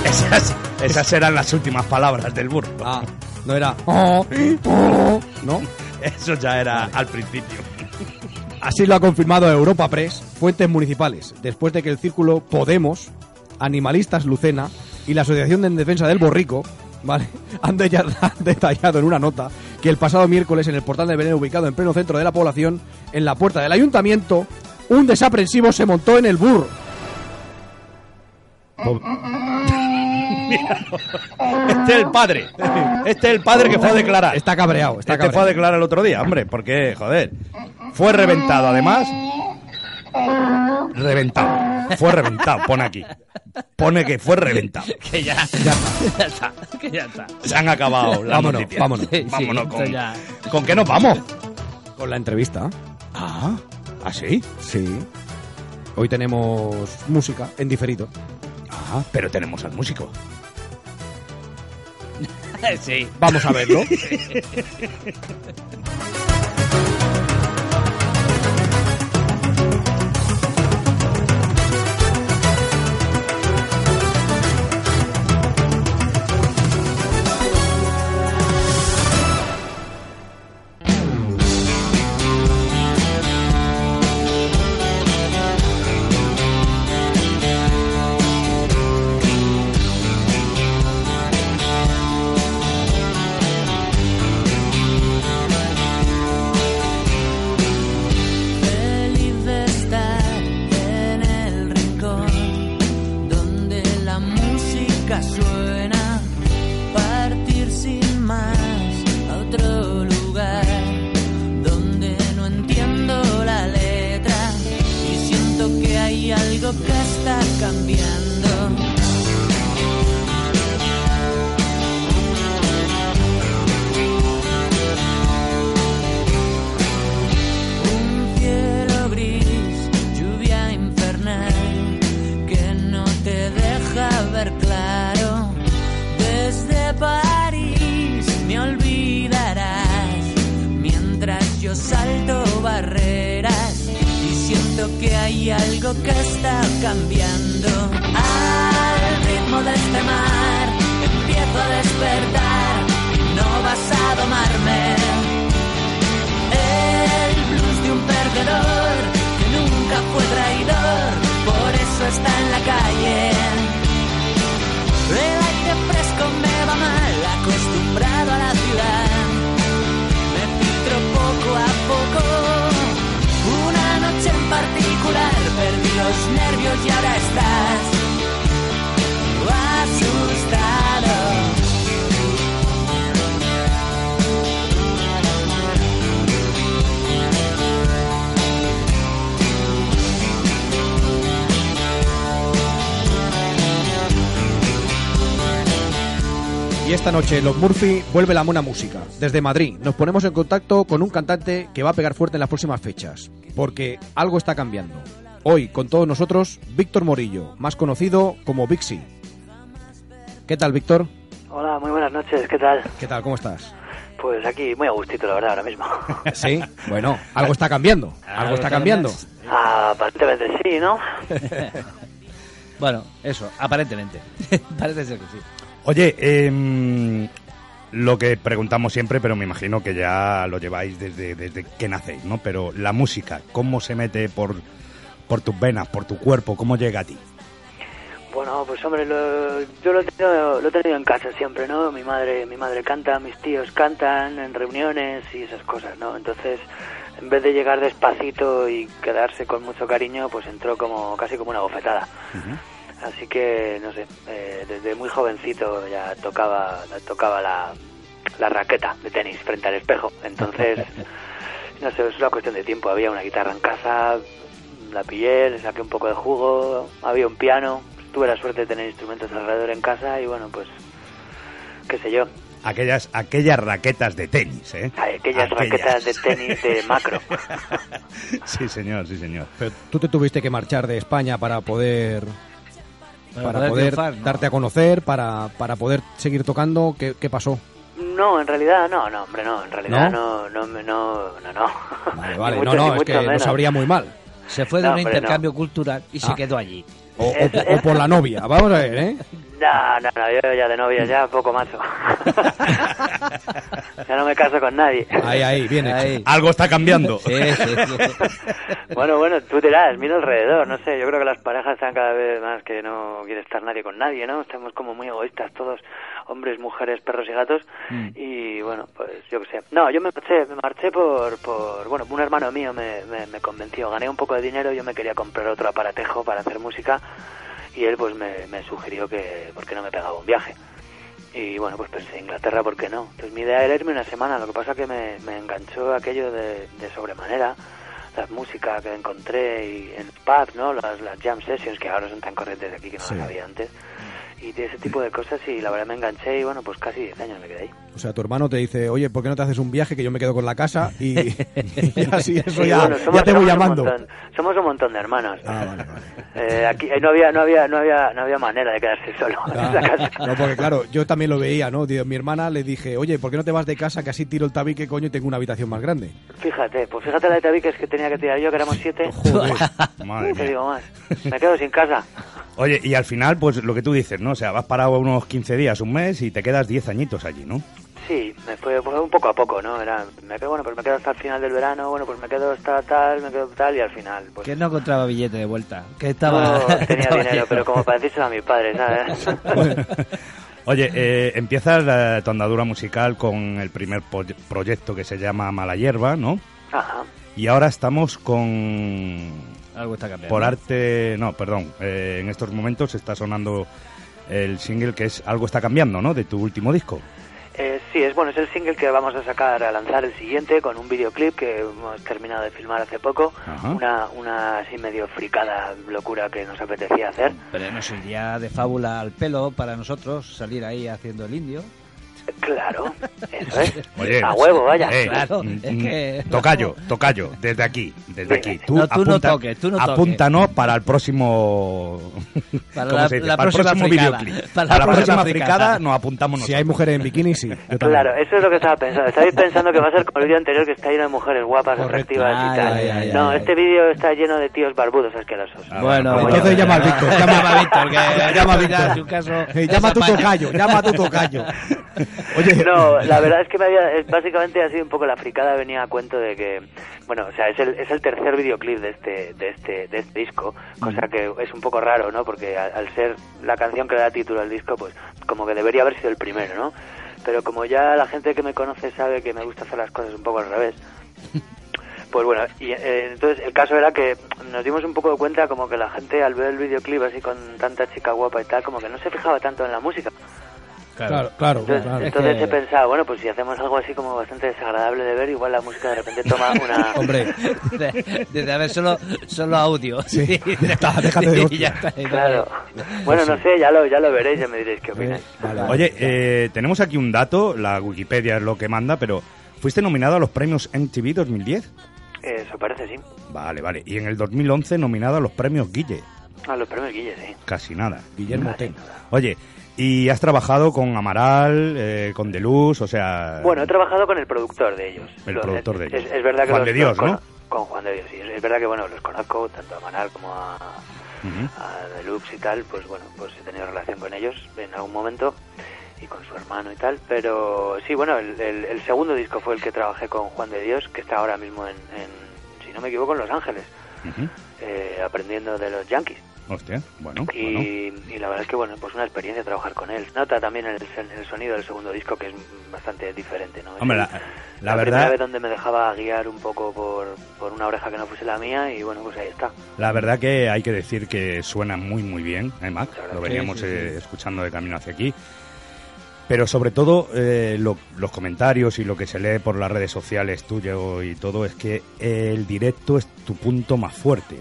E: Esas, esas eran las últimas palabras del burro. <laughs>
D: Ah, no era... "Oh, ¿No?
E: Eso ya era al principio.
D: Así lo ha confirmado Europa Press, fuentes municipales, después de que el círculo Podemos, Animalistas Lucena y la Asociación en Defensa del Borrico ¿vale? <laughs> han, della- han detallado en una nota que el pasado miércoles en el portal de Belén ubicado en pleno centro de la población, en la puerta del ayuntamiento, un desaprensivo se montó en el burro.
E: Este es el padre. Este es el padre que fue a declarar.
D: Está cabreado, está
E: este fue a declarar el otro día, hombre, porque, joder. Fue reventado, además. Reventado. Fue reventado, pone aquí. Pone que fue reventado.
F: <laughs> Que ya, ya, está. Que ya está.
E: Se han acabado las
D: Vámonos,
E: noticias.
D: vámonos.
F: Sí, sí,
E: Vámonos
F: esto
E: con,
F: ya.
E: ¿Con qué nos vamos?
D: Con la entrevista.
E: Ah, ¿así?
D: Sí. Hoy tenemos música en diferido.
E: Ah, pero tenemos al músico.
F: <laughs> Sí.
D: Vamos a verlo.
L: Feliz de estar en el rincón donde la música suena, partir sin más a otro lugar donde no entiendo la letra y siento que hay algo que está cambiando. cielo gris, lluvia infernal que no te deja ver claro. Desde París me olvidarás mientras yo salto barreras y siento que hay algo que está cambiando. Al ritmo de este mar empiezo a despertar, no vas a domarme. El blues de un perdedor que nunca fue traidor, por eso está en la calle. El aire fresco me va mal, acostumbrado a la ciudad. Me filtro poco a poco. Una noche en particular, perdí los nervios y ahora estás asustado.
D: Y esta noche en Los Murphy vuelve la mona música. Desde Madrid nos ponemos en contacto con un cantante que va a pegar fuerte en las próximas fechas, porque algo está cambiando. Hoy con todos nosotros Víctor Morillo, más conocido como Vixi. ¿Qué tal, Víctor?
H: Hola, muy buenas noches, ¿qué tal?
D: ¿Qué tal? ¿Cómo <laughs> estás?
H: Pues aquí muy a gustito, la verdad, ahora mismo. <laughs>
D: Sí, bueno, algo está cambiando. Algo está cambiando.
H: Ah, aparentemente sí, ¿no?
F: Bueno, eso,
D: <laughs>
F: aparentemente. Parece ser que sí.
E: Oye, em, lo que preguntamos siempre, pero me imagino que ya lo lleváis desde, desde que nacéis, ¿no? Pero la música, ¿cómo se mete por, por tus venas, por tu cuerpo? ¿Cómo llega a ti?
H: Bueno, pues hombre, lo- yo lo he, tenido, lo he tenido en casa siempre, ¿no? Mi madre, mi madre canta, mis tíos cantan en reuniones y esas cosas, ¿no? Entonces, en vez de llegar despacito y quedarse con mucho cariño, pues entró como casi como una bofetada. Así que, no sé, eh, desde muy jovencito ya tocaba, tocaba la, la raqueta de tenis frente al espejo. Entonces, no sé, es una cuestión de tiempo. Había una guitarra en casa, la pillé, le saqué un poco de jugo, había un piano. Tuve la suerte de tener instrumentos alrededor en casa y bueno, pues, qué sé yo,
E: Aquellas, aquellas raquetas de tenis, ¿eh?
H: aquellas raquetas de tenis
D: <laughs>
H: de macro.
E: <laughs> sí, señor, sí, señor.
D: Pero tú te tuviste que marchar de España para poder
E: Para
D: para,
E: poder
D: poder,
E: triunfar, ¿no?
D: darte a conocer, para, para poder seguir tocando. ¿Qué, qué pasó?
H: No, en realidad no, no, hombre, no, en realidad no, no, me- no, no, no.
D: Vale,
H: <laughs> Ni
D: vale,
H: mucho,
D: no,
H: ni
D: no, es
H: mucho
D: que lo
H: menos.
D: sabría muy mal.
F: Se fue de
H: No,
F: un
H: hombre,
F: intercambio
H: no.
F: cultural y se
H: Ah.
F: quedó allí.
D: O, <laughs> o- o por la novia, vamos a ver, ¿eh?
H: No, no, no, yo ya de novia ya
D: <laughs>
H: poco mazo. <laughs> ya no me caso con nadie.
D: Ahí, ahí, Ah. bien hecho.
E: Algo está cambiando. <laughs>
D: <laughs>
H: <laughs> Bueno, bueno, tú dirás, mira alrededor, no sé, yo creo que las parejas están cada vez más que no quiere estar nadie con nadie, ¿no? Estamos como muy egoístas todos, hombres, mujeres, perros y gatos, y bueno, pues yo qué sé. No, yo me marché, me marché por, por bueno, un hermano mío me, me, me convenció, gané un poco de dinero, yo me quería comprar otro aparatejo para hacer música, y él pues me, me sugirió que, ¿por qué no me pegaba un viaje? Y bueno, pues pensé, Inglaterra, ¿por qué no? Entonces mi idea era irme una semana, lo que pasa que me, me enganchó aquello de, de sobremanera, la música que encontré y en pub, ¿no? Las, las jam sessions que ahora son tan corrientes de aquí que no
D: Sí.
H: las había antes. Y de ese tipo de cosas y la verdad me enganché y bueno, pues casi 10 años me quedé ahí.
D: O sea, tu hermano te dice, oye, ¿por qué no te haces un viaje que yo me quedo con la casa? Y,
H: <laughs>
D: y así, eso
H: Sí,
D: ya,
H: bueno,
D: ya te voy llamando. Ah.
H: Un montón, somos un montón de hermanos. <laughs> Eh, aquí eh, no había no había no había no había manera de quedarse solo en esa casa.
D: Ah. <laughs> No, porque claro, yo también lo veía, ¿no? Digo, Mi hermana le dije, oye, ¿por qué no te vas de casa que así tiro el tabique, coño, y tengo una habitación más grande?
H: Fíjate, pues fíjate la de tabiques que tenía que tirar yo, que éramos siete.
E: Madre
H: No <laughs> te
E: mía.
H: digo más. Me quedo sin casa.
E: Oye, y al final, pues lo que tú dices, ¿no? O sea, vas parado unos 15 días, un mes y te quedas 10 añitos allí, ¿no?
H: Sí, me fue, fue un poco a poco, ¿no? Era, me quedo, bueno, pues me quedo hasta el final del verano, bueno, pues me quedo hasta tal, me quedo tal, y al final, pues.
F: Que no encontraba billete de vuelta. Que <laughs> estaba.
H: no tenía
F: estaba
H: dinero,
F: lleno.
H: pero como para decírselo a mi padre, ¿sabes?
E: Oye, eh, empiezas eh, tu andadura musical con el primer po- proyecto que se llama Mala Hierba, ¿no?
H: Ajá.
E: Y ahora estamos con...
F: Algo está cambiando.
E: Por arte... No, perdón. eh, en estos momentos está sonando el single que es Algo está cambiando, ¿no? De tu último disco.
H: Eh, sí, es bueno, es el single que vamos a sacar, a lanzar el siguiente con un videoclip que hemos terminado de filmar hace poco. Una, una así medio fricada locura que nos apetecía hacer.
F: Pero nos iría de fábula al pelo para nosotros salir ahí haciendo el indio.
H: Claro, eso es. a huevo, vaya.
E: eh,
F: claro,
E: mm,
F: es
E: mm,
F: que.
E: Tocayo, tocayo, desde aquí, desde aquí.
F: No, tú no toques, tú no toques.
E: Apúntanos para el próximo...
F: Para
E: ¿cómo
F: la-
E: se dice?
F: la
E: Para el
F: próxima
E: próximo
F: fricada.
E: videoclip.
F: Para
E: Para
F: la
E: la próxima
F: próxima
E: fricada
F: fricada.
E: nos apuntamos
D: Si hay mujeres en bikini, sí. Yo también.
H: Claro, eso es lo que estaba
D: <laughs>
H: pensando. Estabais pensando que va a ser como el vídeo anterior que está lleno de mujeres guapas, atractivas y
D: Ay,
H: tal.
D: ay, ay,
H: no,
D: ay.
H: este vídeo está lleno de tíos barbudos asquerosos.
E: Ah,
F: Bueno,
E: pues
D: Entonces llama al Víctor,
E: <laughs>
D: llama,
F: a <laughs> Víctor, que
D: llama a
F: ya
D: Víctor.
F: en su caso
D: Eh, llama a tu
F: desaparece.
D: tocayo, llama a tu tocayo.
H: No,
D: <laughs>
H: la verdad es que me había, es- básicamente ha sido un poco la fricada, venía a cuento de que, bueno, o sea, es el, es el tercer videoclip de este, de este, de este disco, cosa que es un poco raro, ¿no? Porque al, al ser la canción que le da título al disco, pues como que debería haber sido el primero, ¿no? Pero como ya la gente que me conoce sabe que me gusta hacer las cosas un poco al revés, Pues bueno, y eh, entonces el caso era que nos dimos un poco de cuenta como que la gente al ver el videoclip así con tanta chica guapa y tal, como que no se fijaba tanto en la música.
D: Claro, claro,
H: Entonces,
D: claro.
H: entonces he pensado, bueno, pues si hacemos algo así como bastante desagradable de ver, igual la música de repente
E: <laughs>
H: toma una... <laughs>
D: Hombre.
F: De- Desde haber solo, solo audio. <laughs>
D: Sí, ya está, déjate de
F: Y ya está.
H: Claro. Bueno, no sé, ya lo, ya lo veréis, ya me diréis qué opináis.
E: Oye, eh, tenemos aquí un dato, la Wikipedia es lo que manda, pero fuiste nominado a los premios MTV 2010.
H: Eso parece, sí.
E: Vale, vale. Y en el 2011 nominado a los premios Guille.
H: A los premios Guille, sí.
E: Casi nada.
D: Guillermo
E: T. Oye, y has trabajado con Amaral, eh, con Deluz, o sea...
H: Bueno, he trabajado con el productor de ellos.
E: Eh. El
H: Lo-
E: productor de
H: es-
E: ellos.
H: Es, es verdad que
E: Juan
H: los-
E: de Dios,
H: con,
E: ¿no?
H: Con Juan de Dios, sí. Es, es verdad que, bueno, los conozco tanto a Manal como a, a Deluxe y tal, pues bueno, pues he tenido relación con ellos en algún momento y con su hermano y tal, pero sí, bueno, el, el- el segundo disco fue el que trabajé con Juan de Dios, que está ahora mismo en, en, si no me equivoco, en Los Ángeles,
E: Ujú.
H: eh, aprendiendo de los Yankees.
E: Hostia, bueno, Oh, bueno.
H: Y, y la verdad es que, bueno, pues una experiencia trabajar con él. Nota también el, sen- el sonido del segundo disco, que es bastante diferente, ¿no?
E: Hombre, la, la
H: primera vez
E: verdad...
H: donde me dejaba guiar un poco por, por una oreja que no fuese la mía y bueno, pues ahí está.
E: La verdad que hay que decir que suena muy muy bien, además, lo
H: gracias.
E: veníamos
H: Sí, sí,
E: eh,
H: sí.
E: escuchando de camino hacia aquí. Pero sobre todo eh, lo- los comentarios y lo que se lee por las redes sociales tuyo y todo es que el directo es tu punto más fuerte.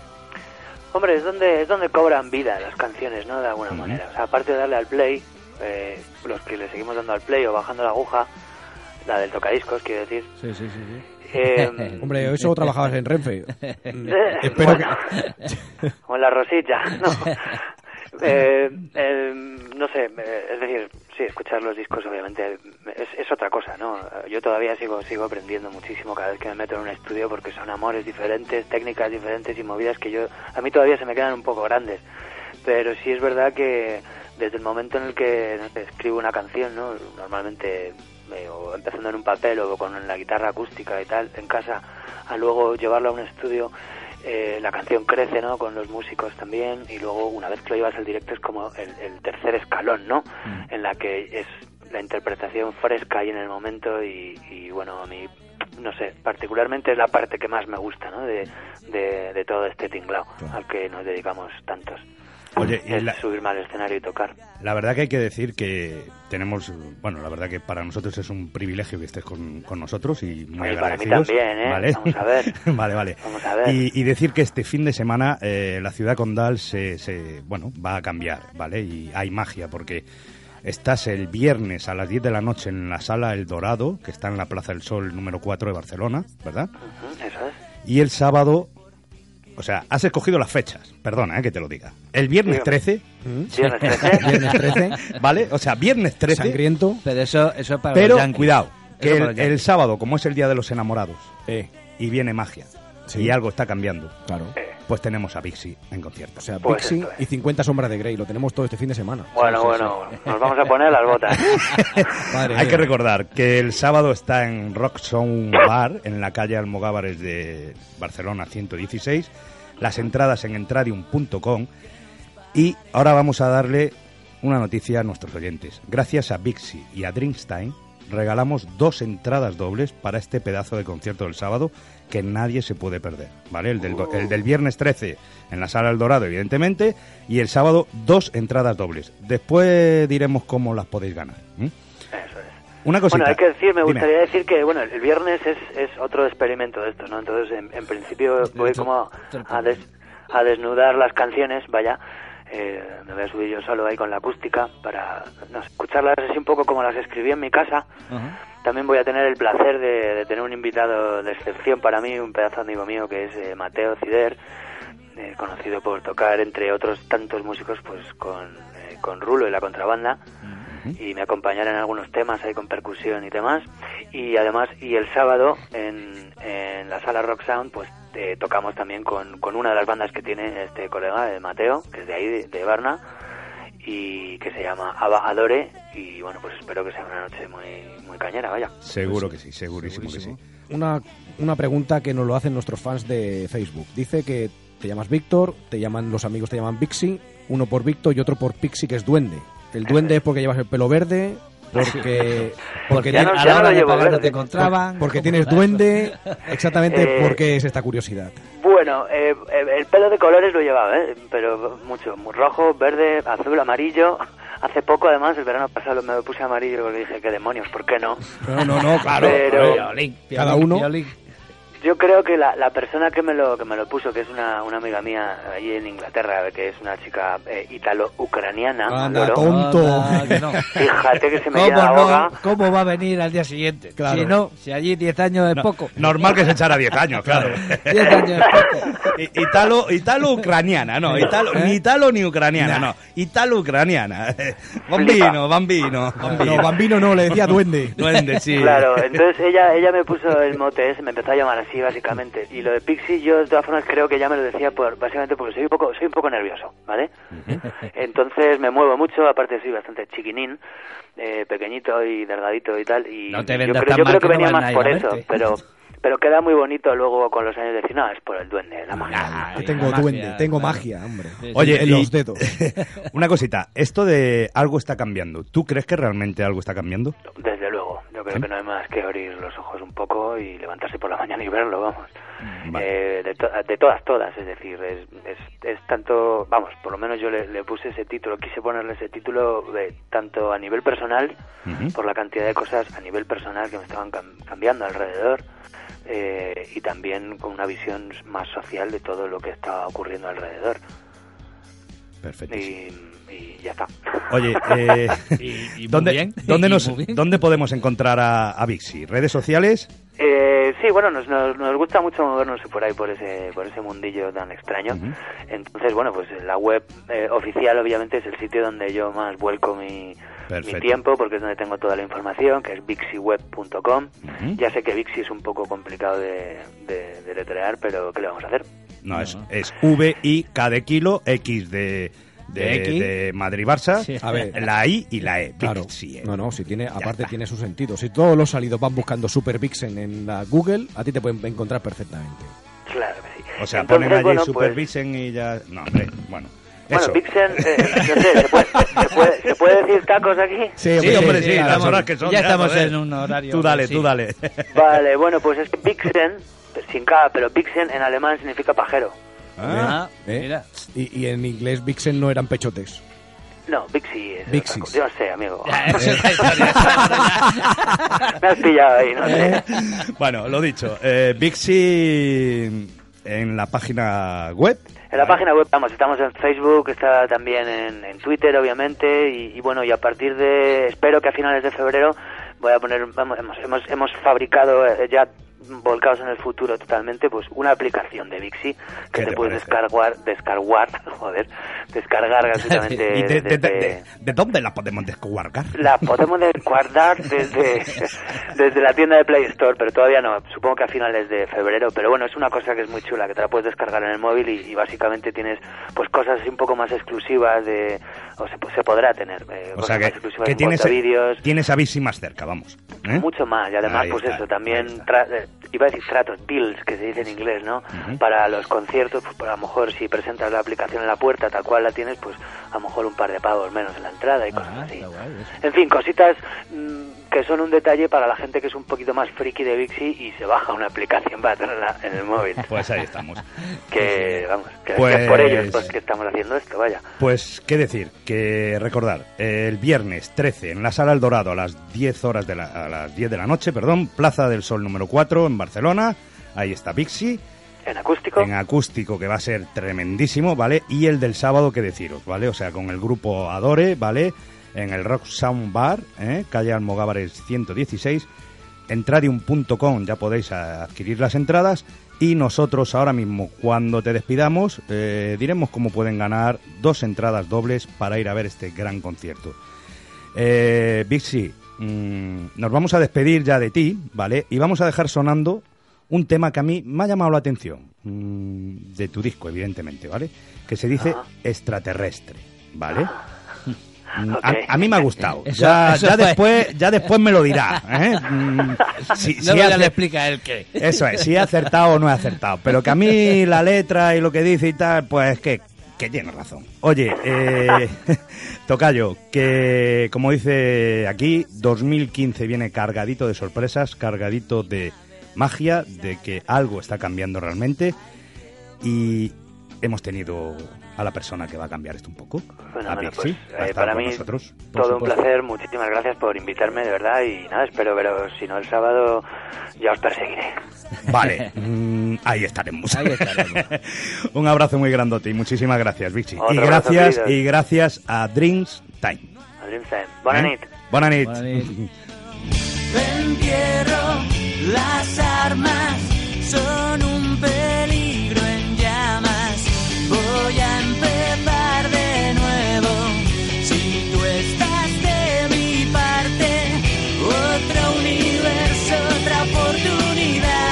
H: Hombre, es donde, es donde cobran vida las canciones, ¿no? De alguna manera. O sea, aparte de darle al play, eh, los que le seguimos dando al play o bajando la aguja, la del tocadiscos, quiero decir.
F: Sí, sí, sí. <laughs>
H: Eh, <laughs>
D: Hombre, eso trabajabas en Renfe. Mm, Espero
E: <laughs>
H: bueno, o en la rosilla, ¿no? Eh, eh, no sé, eh, es decir, sí, escuchar los discos obviamente es, es otra cosa, ¿no? Yo todavía sigo sigo aprendiendo muchísimo cada vez que me meto en un estudio porque son amores diferentes, técnicas diferentes y movidas que yo a mí todavía se me quedan un poco grandes. Pero sí es verdad que desde el momento en el que no sé, escribo una canción, ¿no? Normalmente eh, o empezando en un papel o con la guitarra acústica y tal en casa, a luego llevarlo a un estudio eh, la canción crece ¿no? con los músicos también y luego una vez que lo llevas al directo es como el, el tercer escalón ¿no? en la que es la interpretación fresca y en el momento y, y, bueno a mí no sé particularmente es la parte que más me gusta ¿no? de, de, de todo este tinglao al que nos dedicamos tantos
E: Oye, y
H: Es
E: la-
H: subirme al escenario y tocar
E: La verdad que hay que decir que tenemos, bueno, la verdad que para nosotros es un privilegio que estés con, con nosotros y muy
H: Oye, para mí
E: agradecidos.
H: también, ¿eh?
E: ¿vale?
H: Vamos a ver.
E: <laughs> vale, vale.
H: Vamos a ver.
E: Y, y decir que este fin de semana eh, la ciudad condal se, se, bueno, va a cambiar, ¿vale? Y hay magia porque estás el viernes a las 10 de la noche en la sala El Dorado, que está en la Plaza del Sol número 4 de Barcelona, ¿verdad?
H: Ujú, eso es
E: Y el sábado, o sea, has escogido las fechas, perdona eh, que te lo diga. El viernes
F: Dígame.
E: 13. <laughs>
F: Viernes 13. Viernes 13.
E: ¿Vale? O sea, viernes 13.
D: Sangriento.
F: Pero eso, eso es para
E: Pero
F: los yanquis.
E: cuidado, que
F: Eso para
E: el,
F: los yanquis.
E: el sábado, como es el día de los enamorados, y viene magia, y algo está cambiando,
D: eh, claro.
E: pues tenemos a Pixie en concierto.
D: O sea, Pixie y 50 sombras de Grey. Lo tenemos todo este fin de semana.
H: Pues bueno bueno nos vamos a poner las botas
D: Madre
E: Hay
D: mía.
E: que recordar que el sábado está en Rock Sound Bar, en la calle Almogávares de Barcelona 116. Las entradas en entradium.com. Y ahora vamos a darle una noticia a nuestros oyentes. Gracias a Bixi y a Dreamstein regalamos dos entradas dobles para este pedazo de concierto del sábado que nadie se puede perder, ¿vale? El del, do- el del viernes 13 en la Sala El Dorado, evidentemente, y el sábado dos entradas dobles. Después diremos cómo las podéis ganar. ¿m? Una cosita.
H: Bueno, hay que decir, me
E: Dime.
H: gustaría decir que bueno, el viernes es, es otro experimento de esto, ¿no? Entonces, en, en principio voy como a, des- a desnudar las canciones, vaya. Eh, me voy a subir yo solo ahí con la acústica para no sé, escucharlas así un poco como las escribí en mi casa. También voy a tener el placer de, de tener un invitado de excepción para mí, un pedazo de amigo mío que es eh, Mateo Cider, eh, conocido por tocar entre otros tantos músicos pues con, eh, con Rulo y la contrabanda y me acompañará en algunos temas ahí con percusión y demás y además y el sábado en, en la sala Rock Sound pues eh, tocamos también con, con una de las bandas que tiene este colega eh, Mateo que es de ahí de, de Barna y que se llama Abajadore y bueno pues espero que sea una noche muy muy cañera vaya
E: Seguro que sí, segurísimo, que sí.
D: Una, una pregunta que nos lo hacen nuestros fans de Facebook. Dice que te llamas Víctor, te llaman los amigos te llaman Pixie, uno por Víctor y otro por Pixie que es duende. El duende es porque llevas el pelo verde,
F: <laughs>
D: porque, porque
F: Ya no-
D: tienes-
F: ya pues, no lo llevo verde. Te encontraban.
D: por- porque tienes duende, exactamente
H: Eh,
D: porque es esta curiosidad.
H: Bueno, eh, eh, el pelo de colores lo llevaba, ¿eh? pero mucho, muy rojo, verde, azul, amarillo. <laughs> Hace poco, además, el verano pasado me lo puse amarillo porque dije, qué demonios, ¿por qué no?
D: No, no, no, claro.
H: Pero-
F: Piolín, piolín,
D: <laughs> Cada uno.
F: piolín.
H: Yo creo que la, la persona que me lo que me lo puso, que es una, una amiga mía allí en Inglaterra, que es una chica eh, italo-ucraniana,
D: Anda,
H: loro.
D: tonto.
F: Anda, que no.
H: fíjate que se me
F: ¿Cómo,
H: llena la boca.
F: no, ¿Cómo va a venir al día siguiente?
E: Claro.
F: Si no, si allí 10 años es
E: No,
F: poco.
E: Normal que se echara 10 años, claro. <laughs>
F: 10 años es poco.
E: I- Italo, italo ucraniana,
H: Eh,
E: no, italo, ni italo ni ucraniana, no, italo
H: <laughs>
E: ucraniana. Bambino, bambino, bambino.
D: No, bambino no, le decía duende.
E: Duende, sí.
H: Claro, entonces ella ella me puso el mote ese, me empezó a llamar así básicamente. Y lo de Pixie yo de todas formas creo que ya me lo decía por básicamente porque soy un poco soy un poco nervioso, ¿vale? Entonces me muevo mucho, aparte soy bastante chiquinín, eh, pequeñito y delgadito y tal. Y
F: No te
H: yo
F: vendas
H: creo,
F: tan
H: yo
F: mal que
H: creo que
F: no
H: venía
F: van
H: más
F: a ir
H: por
F: a
H: eso,
F: verte.
H: pero Pero queda muy bonito luego con los años decir, no, es por el duende, la magia.
N: Que tengo duende, tengo magia, hombre.
E: Oye,
N: en
E: y-
N: los dedos.
E: <laughs>
D: <laughs>
E: Una cosita, esto de algo está cambiando, ¿tú crees que realmente algo está cambiando?
H: Desde luego, yo creo que no hay más que abrir los ojos un poco y levantarse por la <laughs> mañana y verlo, vamos. Eh, de, to- de todas, todas, es decir, es, es- es tanto, vamos, por lo menos yo le, le puse ese título, quise ponerle ese título de, tanto a nivel personal, por la cantidad de cosas a nivel personal que me estaban cam- cambiando alrededor, eh, y también con una visión más social de todo lo que estaba ocurriendo alrededor.
E: Perfecto.
H: Y, y ya está. <laughs>
E: Oye, eh,
H: Y- y muy
E: ¿dónde,
H: bien,
E: ¿dónde,
H: y
E: nos-
H: muy bien.
E: ¿dónde podemos encontrar a, a Vixi? ¿Redes sociales?
H: Eh, sí, bueno, nos, nos, nos gusta mucho movernos por ahí, por ese, por ese mundillo tan extraño. Entonces, bueno, pues la web eh, oficial obviamente es el sitio donde yo más vuelco mi, mi
E: Perfecto.
H: tiempo, porque es donde tengo toda la información, que es vixiweb.com. Ya sé que Vixi es un poco complicado de, de, de letrear, pero ¿qué le vamos a hacer?
E: No, es, es V, I, K de kilo, X de, de,
D: De X.
E: de Madrid-Barça,
D: Sí. A ver.
E: la I y la E.
D: Claro.
E: Vixi, eh.
D: No, no, si tiene, aparte tiene su sentido. Si todos los salidos van buscando Super Vixen en la Google, a ti te pueden encontrar perfectamente.
H: Claro que sí.
E: O sea,
H: Entonces,
E: ponen allí
H: bueno,
E: Super
H: pues-
E: Vixen y ya... No, hombre, bueno.
H: Bueno,
E: eso.
H: Vixen, eh, no sé, ¿se puede, se, puede, se puede decir tacos aquí?
E: <laughs> Sí, hombre, sí, las
F: estamos-
E: horas que son,
F: ya
E: ya,
F: estamos
E: joder.
F: en un
E: <laughs>
F: horario.
E: Tú dale,
F: sí.
E: tú dale.
H: Vale, bueno, pues es que Vixen, sin K, pero Vixen en alemán significa pajero.
F: Ah,
D: ¿Eh? Y, y en inglés Vixen no eran pechotes.
H: No, Vixi es.
D: Vixis.
H: otra cosa. Yo no sé, amigo.
F: Ah,
D: eso es otra
H: <laughs> Me has
E: <laughs>
H: pillado ahí, no
E: Eh.
H: sé.
E: bueno, lo dicho. Eh, Vixi en la página web.
H: En la página web estamos, estamos en Facebook, está también en, en Twitter, obviamente, y, y bueno, y a partir de, espero que a finales de febrero voy a poner, vamos, hemos, hemos, hemos fabricado eh, ya volcados en el futuro totalmente, pues una aplicación de Vixi que te, puedes descargar, descargar, <laughs> joder, descargar gratuitamente.
E: ¿Y de, de- de-
H: desde-
E: de- de dónde la podemos descargar?
H: La podemos guardar desde, desde la tienda de Play Store, pero todavía no, supongo que a finales de febrero, pero bueno, es una cosa que es muy chula, que te la puedes descargar en el móvil y, y básicamente tienes pues cosas así un poco más exclusivas de, o se, pues, se podrá tener, eh,
E: O
H: cosas
E: sea
H: más
E: que,
H: exclusivas
E: que
H: en cuanto
E: tienes,
H: a vídeos,
E: tienes a Vixi más cerca, vamos. ¿eh?
H: mucho más, y además
E: Ahí
H: pues
E: está,
H: eso, también tra- eh, iba a decir tratos, deals, que se dice en inglés, ¿no? Para los conciertos, pues a lo mejor si presentas la aplicación en la puerta tal cual la tienes, pues a lo mejor un par de pavos menos en la entrada y cosas
E: Ah,
H: así. En fin, cositas mm, que son un detalle para la gente que es un poquito más friki de Vixi y se baja una aplicación para tenerla en el móvil.
E: <laughs> Pues ahí estamos.
H: <laughs> Que, vamos, que
E: Pues-
H: gracias por ellos porque estamos haciendo esto, vaya.
E: Pues, ¿qué decir? Que recordar, eh, el viernes 13 en la Sala El Dorado a las 10 horas de la, a las 10 de la noche, perdón, Plaza del Sol número 4 en Barcelona. Ahí está Pixi.
H: En acústico.
E: En acústico, que va a ser tremendísimo, ¿vale? Y el del sábado, ¿qué deciros? ¿Vale? O sea, con el grupo Adore, ¿vale? En el Rock Sound Bar, ¿eh? calle Almogávares 116, entradium.com, ya podéis a- adquirir las entradas. Y nosotros ahora mismo, cuando te despidamos, eh, diremos cómo pueden ganar dos entradas dobles para ir a ver este gran concierto. Eh, Vixi, mm, nos vamos a despedir ya de ti, ¿vale? Y vamos a dejar sonando un tema que a mí me ha llamado la atención, mm, de tu disco, evidentemente, ¿vale? Que se dice extraterrestre, ¿vale? Mm, a-
F: Ok.
E: A, mí me ha gustado.
F: Eso-
E: ya,
F: eso
E: ya
F: fue-
E: después, ya después me lo dirá. ¿eh? Mm,
F: <laughs>
E: si- si
F: Luego ya
E: hace-
F: le explica él qué.
E: Eso es, si he acertado o no he acertado. Pero que a mí la letra y lo que dice y tal, pues que, que tiene razón. Oye, eh, <laughs> Tocayo, que como dice aquí, 2015 viene cargadito de sorpresas, cargadito de magia, de que algo está cambiando realmente. Y hemos tenido a la persona que va a cambiar esto un poco.
H: Bueno,
E: a
H: bueno,
E: Pixi,
H: pues,
E: ha
H: eh,
E: estado
H: para
E: con
H: mí
E: nosotros, por
H: todo un
E: supuesto.
H: placer, muchísimas gracias por invitarme, de verdad, y nada, espero veros, si no el sábado ya os perseguiré.
E: Vale, mm, ahí estaremos. <laughs> Un abrazo muy grandote y muchísimas gracias, Vichy.
H: Otro
E: y
H: abrazo,
E: gracias,
H: querido.
E: y gracias a Dreams Time.
H: Adrián, buena
E: ¿eh?
H: nit.
E: Buena nit.
L: Entierro las armas, son un peligro en llamas. Voy a empezar de nuevo. Si tú estás de mi parte, otro universo, otra oportunidad.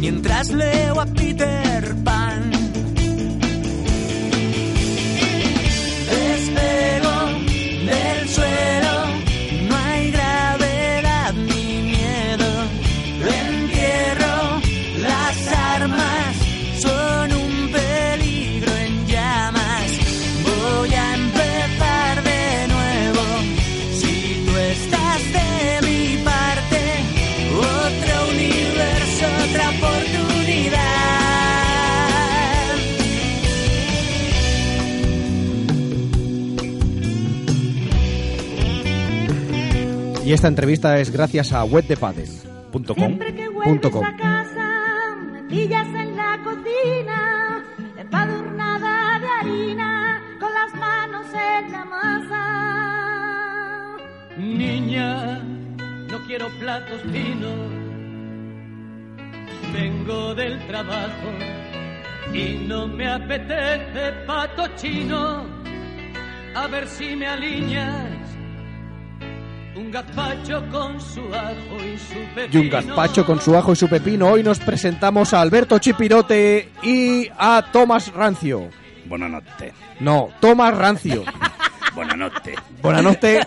L: mientras leo a Peter Pan. Despego del suelo, no hay gravedad ni miedo. Lo entierro, las armas son un peligro en llamas. Voy a empezar de nuevo. Si tú estás de mi parte, otro universo, otra oportunidad.
D: Y esta entrevista es gracias a webdepadel.com.
O: Vuelves a casa, me pillas en la cocina, empadurnada de harina, con las manos en la masa.
B: Niña, no quiero platos finos. Vengo del trabajo y no me apetece pato chino. A ver si me alineas un gazpacho con su ajo y su pepino.
D: Y un gazpacho con su ajo y su pepino. Hoy nos presentamos a Alberto Chipirote y a Tomás Rancio.
E: Buenas noches.
D: No, Tomás
F: <laughs>
D: Rancio.
E: Buenas noches.
D: Buenas noches.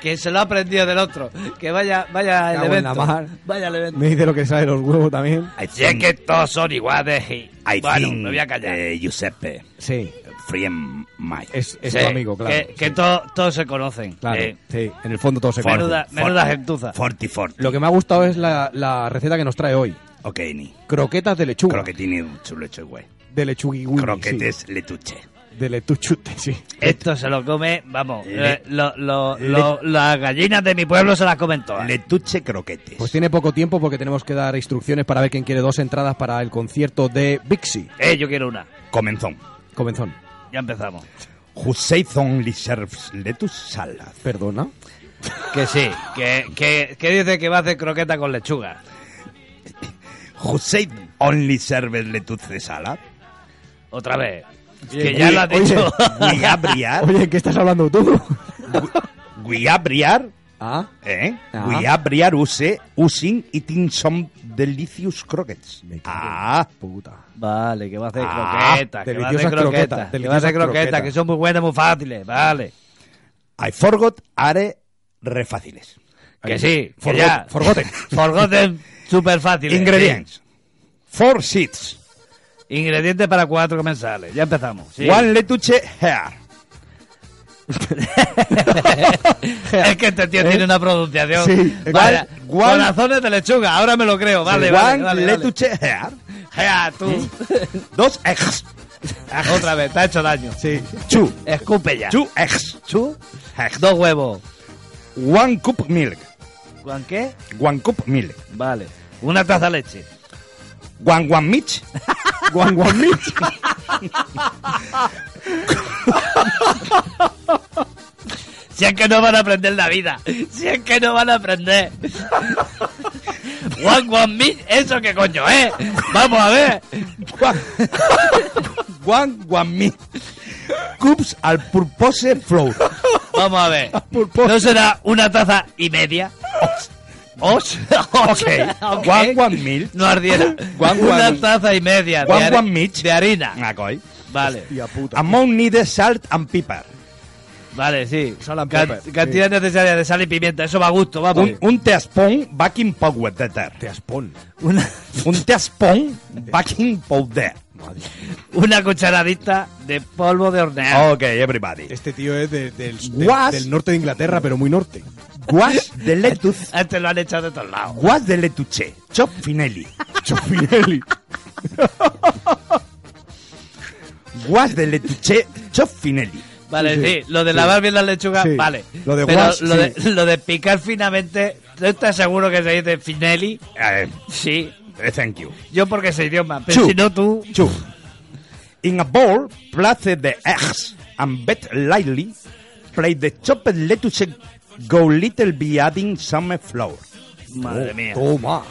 F: que se lo ha aprendido del otro. Que vaya, vaya el
D: Cago en la
F: evento.
D: mar.
F: Vaya el evento.
D: Me dice lo que sale de los huevos también.
F: <laughs> Si es que todos son iguales y...
E: I
F: bueno,
E: think,
F: me voy a callar.
E: eh, Giuseppe.
D: Sí.
E: Friend Mike.
D: Es,
F: Sí, Que, que to- todos se conocen.
D: Claro,
F: Eh,
D: sí, en el fondo todo se
F: menuda-
D: conoce.
F: menuda gentuza.
E: Forti, forti.
D: Lo que me ha gustado es la, la receta que nos trae hoy.
E: Ok, ni.
D: Croquetas de lechuga.
E: Croquetini chulo hecho, güey.
D: De lechuguigüini,
E: Croquetes
D: sí.
E: letuche.
D: De letuchute, sí.
F: Esto se lo come, vamos,
E: Le-
F: eh, lo- lo-
E: le-
F: lo- las gallinas de mi pueblo se las comen todas.
E: Letuche croquete.
D: Pues tiene poco tiempo porque tenemos que dar instrucciones para ver quién quiere dos entradas para el concierto de Bixi.
F: Eh, yo quiero una.
E: Comenzón.
D: Comenzón.
F: Ya empezamos.
E: Husseizon serves letus salad.
D: Perdona.
F: Que sí, que, que, que dice que va a hacer croqueta con lechuga.
E: Hussein only serves letuce salad.
F: Otra vez.
E: Bien.
F: que ya lo has
E: Oye,
F: dicho.
E: oye, voy a briar.
D: Oye, ¿qué estás hablando
F: <laughs>
D: tú?
E: Guiabriar.
D: Ah.
E: ¿Eh?
D: Ah.
E: Guiabriar use, using eating some delicious croquets. Ah.
D: Puta.
F: Vale, que va a hacer
E: Ah,
F: croqueta, que va a hacer
E: deliciosas croquetas,
F: croqueta, que va a hacer
E: deliciosas
F: croqueta,
E: croquetas.
F: que son muy buenas, muy fáciles, vale.
E: I forgot are refáciles.
F: Que sí, que ya. <laughs> Forgotten, súper fácil.
E: Ingredients. Four seeds.
F: Ingredientes para cuatro comensales. Ya empezamos. sí.
E: One letuche hair.
F: es que este tío tiene una pronunciación.
E: Sí, es
F: Vaya,
E: que- One-
F: corazones de lechuga, ahora me lo creo. Vale,
E: One
F: vale, vale. vale.
E: letuche hair.
F: Ea, tú.
E: Dos eggs.
F: <laughs> Otra vez, te ha hecho daño.
D: Sí.
E: Two.
F: Escupe ya.
E: Two eggs.
F: Chu.
E: Eggs.
F: Dos huevos.
E: One cup milk.
F: ¿Juan qué?
E: One cup milk.
F: Vale. Una taza de leche.
E: One one
F: <laughs>
E: mitch.
D: Guan guan mich.
F: Si es que no van a aprender la vida. Si es que no van a aprender. Juan Juan Mil, eso que coño, ¿eh? Vamos a ver.
E: One, one, one mi- Cups al purpose flow.
F: Vamos a ver.
E: Pulpo.
F: ¿No será una taza y media? ¿Os? <laughs> ¿Os?
E: Ok. One, one mil.
F: No ardiera. <laughs>
E: One,
F: una
E: one-
F: taza y media de,
E: One,
F: hari-
E: one mitch. Ah,
F: de harina.
E: Acoy.
F: Vale,
E: Among needed salt and pepper.
F: vale, sí.
D: and
F: Can-
D: pepper,
F: cantidad necesaria de sal y pimienta. Eso va a gusto, vamos.
E: Un, un teaspoon baking powder.
D: Te aspon.
F: Una,
E: Un teaspoon baking powder.
F: una cucharadita de polvo de hornear.
E: Ok, everybody.
D: Este tío es de- del, del-
E: Guas.
D: del norte de Inglaterra, pero muy norte.
E: Guas de lettuce.
F: A Este lo han echado de todos lados.
E: Guas de letuche. Chop finelli. <laughs>
D: Chofinelli.
E: Guas de letuche. Chop finelli.
F: Vale, sí,
D: Sí, sí,
F: lo de
D: sí.
F: lavar bien las lechugas,
D: Sí.
F: vale.
D: Lo de
F: Pero
D: guas,
F: lo,
D: sí.
F: de, lo de picar finamente, ¿tú estás seguro que se dice finelli?
E: Eh,
F: Sí.
E: eh, thank you.
F: Yo porque soy idioma, pero
E: Chu.
F: si no tú...
E: Two. In a bowl, place the eggs and bet lightly. Place the chopped lettuce. Go little be adding some flour.
F: Madre mía.
D: Toma.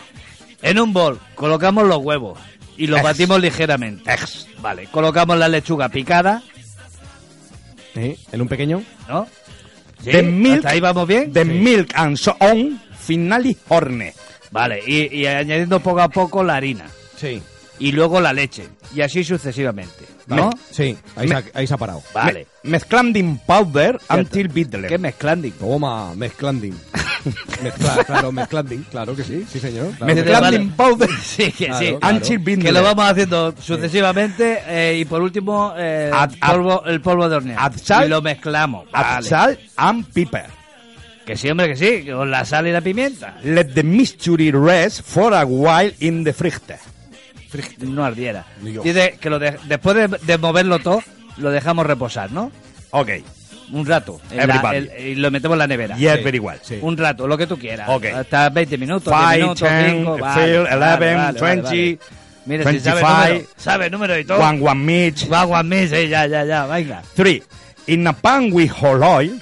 F: En un bol colocamos los huevos y los
E: Ex.
F: batimos ligeramente.
E: Eggs.
F: Vale, colocamos la lechuga picada,
D: ¿Eh? ¿En un pequeño?
F: ¿no? Sí,
E: The milk.
F: ¿Hasta ahí vamos bien?
E: The
F: Sí.
E: milk and so on. Finally horne.
F: Vale, y, y añadiendo poco a poco la harina.
D: Sí.
F: y luego la leche. Y así sucesivamente. ¿No?
D: Me- Sí, ahí,
F: Me-
D: se, ha- ahí se ha parado.
F: Vale.
E: Mezclanding powder until Hitler.
F: ¿Qué mezclanding?
D: Toma, mezclanding. Mezcla- claro, mezclanding, claro que sí, sí señor. Claro que sí.
F: Mezclanding powder. <laughs> Sí, que
D: Claro,
F: sí.
D: claro.
F: Que lo vamos haciendo sucesivamente eh, y por último eh, polvo- el polvo de hornear.
E: salt.
F: y lo mezclamos. Vale.
E: Salt and pepper.
F: Que sí, hombre, que sí. Con la sal y la pimienta.
E: Let the mystery rest for a while in the frichter.
F: No ardiera. Dice que lo de- después de, de moverlo todo, lo dejamos reposar, ¿no?
E: Ok.
F: Un rato. en la-
E: Everybody.
F: el- y lo metemos en la nevera.
E: Yes, very well. Sí.
F: Un rato, lo que tú quieras.
E: Ok.
F: Hasta 20 minutos, 10
E: Five,
F: minutos,
E: 10,
F: 5,
E: feel, 11, 20,
F: Mira, si
E: 25,
F: sabe número, sabe número y todo.
E: One one meat.
F: One one meat, sí, ya, ya, ya, venga.
E: Three. In a pan with whole oil,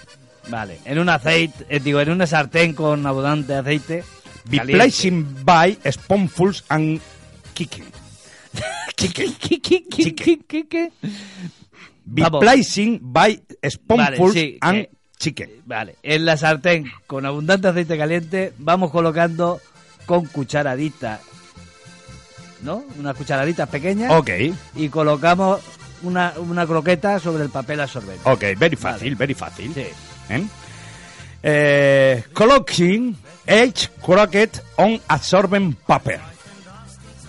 F: Vale, en un aceite, eh, digo, en una sartén con abundante aceite.
E: be
F: caliente.
E: placing by spoonfuls and kicking.
F: Chiqui, chiqui, chiqui, chiqui, chiqui.
E: Be
F: Vamos.
E: placing by spoonfuls
F: Vale, sí, eh.
E: and
F: que-
E: chicken.
F: Vale, en la sartén con abundante aceite caliente vamos colocando con cucharaditas, ¿no? Unas cucharaditas pequeñas.
E: Ok.
F: Y colocamos una, una croqueta sobre el papel absorbente.
E: Ok, very fácil, very fácil. ¿Eh? Eh, collecting each croquet on absorbent paper.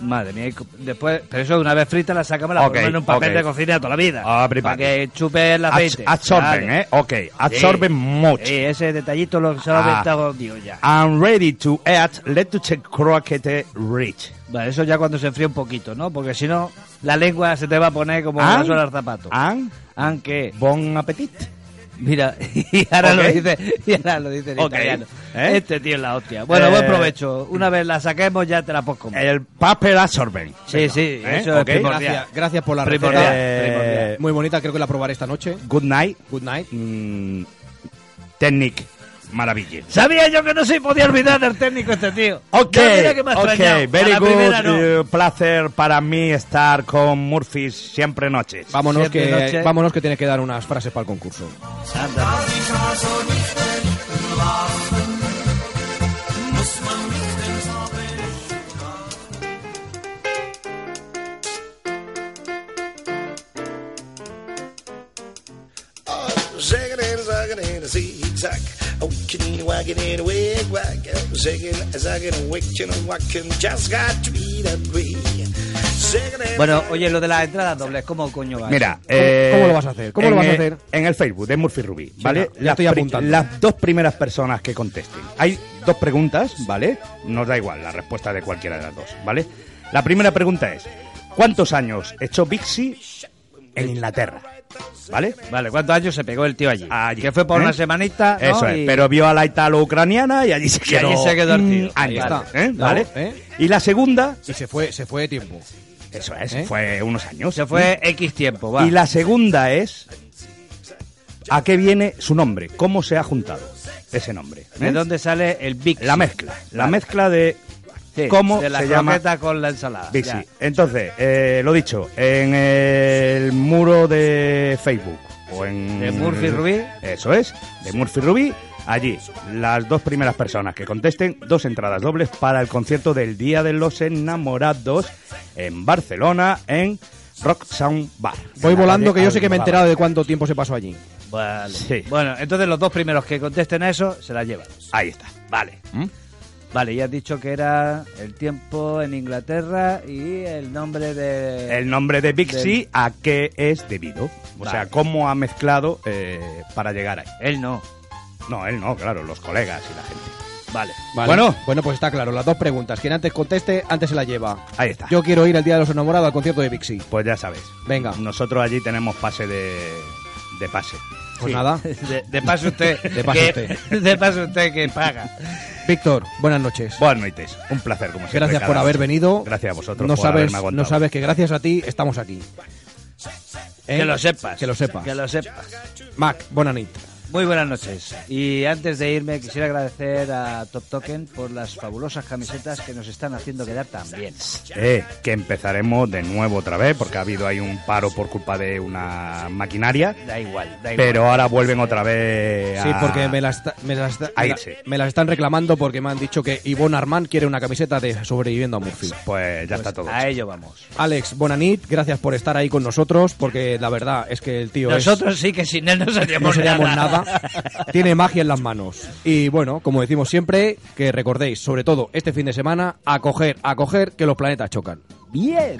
F: Madre mía, y co- después, pero eso de una vez frita la sacamos la
E: Ok,
F: ponemos en un papel
E: ok.
F: de cocina toda la vida.
E: Abre
F: para
E: pan.
F: que chupe el aceite.
E: Abs- absorben,
F: Vale.
E: ¿eh? Ok, absorben
F: Sí.
E: mucho.
F: Sí, ese detallito lo se lo ha
E: Ah.
F: inventado Dios ya.
E: I'm ready to add, let to check croquet rich.
F: Vale, eso ya cuando se enfríe un poquito, ¿no? Porque si no, la lengua se te va a poner como
E: Ah.
F: una sola al zapato.
E: And
F: Aunque.
E: bon appetit.
F: Mira, <laughs> y ahora
E: Ok.
F: lo dice, y ahora lo dice en
E: Ok.
F: italiano.
E: ¿Eh?
F: Este tío es la hostia. Bueno, buen
E: Eh,
F: provecho. Una vez la saquemos ya te la puedes comer.
E: El paper absorben. ¿Eh?
F: Sí, sí, eso es
E: Ok.
F: primordial.
D: Gracias, gracias por la
F: Primordial,
D: receta. Eh,
E: primordial.
D: Muy bonita, creo que la probaré esta noche.
E: Good night.
D: Good night.
E: Mm, technique. Maravilla.
F: Sabía yo que no se podía olvidar del técnico este tío.
E: Ok,
F: Ya mira que me ha extrañado.
E: ok,
F: A
E: very
F: la
E: good.
F: primera no.
E: eh, placer para mí estar con Murphy siempre noches.
D: Vámonos
F: Siete
D: que,
F: noche.
D: vámonos que tienes que dar unas frases para el concurso.
F: Anda.
P: Zagging, zagging, zigzag. A wicked, wagging, wig, wag. Zagging, zagging, wicking, whacking. Just got to be that way. Zagging,
F: Bueno, oye, lo de las entradas dobles, ¿cómo coño va?
E: Mira,
F: ¿Cómo-
E: eh,
F: cómo lo vas a hacer? ¿Cómo
E: en
F: lo vas a
E: el-
F: hacer?
E: En el Facebook de Murphy Rubí, ¿vale?
D: ya, ya estoy
E: pri-
D: apuntando.
E: las dos primeras personas que contesten. Hay dos preguntas, ¿vale? Nos da igual la respuesta de cualquiera de las dos, ¿vale? La primera pregunta es: ¿Cuántos años echó Bixi en Inglaterra? ¿Vale?
F: Vale, ¿cuántos años se pegó el tío allí? Que fue por
E: ¿eh?
F: una semanita. ¿no?
E: Eso es,
F: Y-
E: pero vio a la italo-ucraniana y allí se
F: Y allí
E: quedó.
F: se quedó el
E: mm,
F: tío.
E: años,
F: Ahí está.
E: ¿eh?
D: Claro,
E: ¿Vale?
D: ¿eh?
E: Y la segunda,
D: Y se fue, se fue de tiempo.
E: eso es,
D: ¿Eh?
E: fue unos años.
F: Se fue X tiempo, va.
E: Y la segunda es ¿A qué viene su nombre? ¿Cómo se ha juntado ese nombre? ¿eh?
F: ¿De dónde sale el Big?
E: La mezcla. La
F: Vale.
E: mezcla de
F: Sí,
E: cómo
F: de la
E: se llama
F: croqueta con la ensalada.
E: Bixi.
F: ya.
E: Entonces, eh, lo dicho, en el muro de Facebook o en
F: De Murphy Rubí.
E: Eso es, de Murphy Rubí. Allí, las dos primeras personas que contesten, dos entradas dobles para el concierto del Día de los Enamorados en Barcelona, en Rock Sound Bar.
D: Voy
E: En la
D: volando
E: calle
D: que yo sé que me he
E: Almodóvar.
D: enterado de cuánto tiempo se pasó allí.
F: Vale.
E: Sí.
F: Bueno, entonces los dos primeros que contesten a eso se la llevan.
E: Ahí está.
F: Vale. Vale, ya has dicho que era el tiempo en Inglaterra y el nombre de...
E: El nombre de Bixi
F: Del-
E: a qué es debido. O
F: Vale.
E: sea, cómo ha mezclado eh, para llegar ahí.
F: Él no.
E: No, él no, claro, los colegas y la gente.
F: Vale.
D: Vale.
E: Bueno.
D: bueno, pues está claro, las dos preguntas. Quien antes conteste, antes se la lleva.
E: Ahí está.
D: Yo quiero ir el día de los enamorados al concierto de Bixi.
E: Pues ya sabes.
D: Venga.
E: Nosotros allí tenemos pase de, de pase.
D: Pues nada.
F: <laughs> De, de paso usted.
E: <laughs>
D: De paso
F: que-
D: usted.
F: De paso usted que paga.
D: Víctor, buenas noches.
E: Buenas noches. Un placer, como siempre.
D: Gracias
E: cada
D: por haber
E: noche.
D: venido.
E: Gracias a vosotros
D: No
E: por
D: sabes,
E: haberme aguantado.
D: no sabes que gracias a ti estamos aquí. ¿Eh?
F: Que lo sepas.
D: Que lo sepas.
F: Que lo sepas.
D: Mac, buenas noches.
F: Muy buenas noches. Y antes de irme, quisiera agradecer a Top Token por las fabulosas camisetas que nos están haciendo quedar tan bien.
E: Eh, que empezaremos de nuevo otra vez, porque ha habido ahí un paro por culpa de una maquinaria.
F: Da igual, da igual.
E: Pero ahora vuelven otra vez.
D: Sí,
E: a-
D: porque me las, ta- me, las ta-
E: Ahí
D: me la-
E: sí.
D: me las están reclamando porque me han dicho que Ivonne Armand quiere una camiseta de sobreviviendo a Murphy.
E: Pues ya está todo. A
F: ello vamos.
D: Alex Bonanit, gracias por estar ahí con nosotros, porque la verdad es que el tío es-
F: Nosotros sí que sin él no seríamos,
D: no seríamos
F: nada.
D: nada.
F: <laughs>
D: Tiene magia en las manos. Y bueno, como decimos siempre, que recordéis, sobre todo este fin de semana, acoger, acoger, que los planetas chocan.
F: Bien.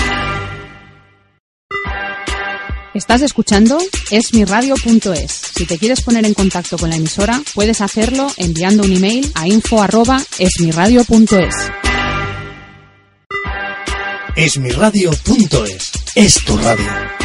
Q: Estás escuchando esmiradio.es. Si te quieres poner en contacto con la emisora, puedes hacerlo enviando un email a info@esmiradio.es.
R: Esmiradio.es es tu radio.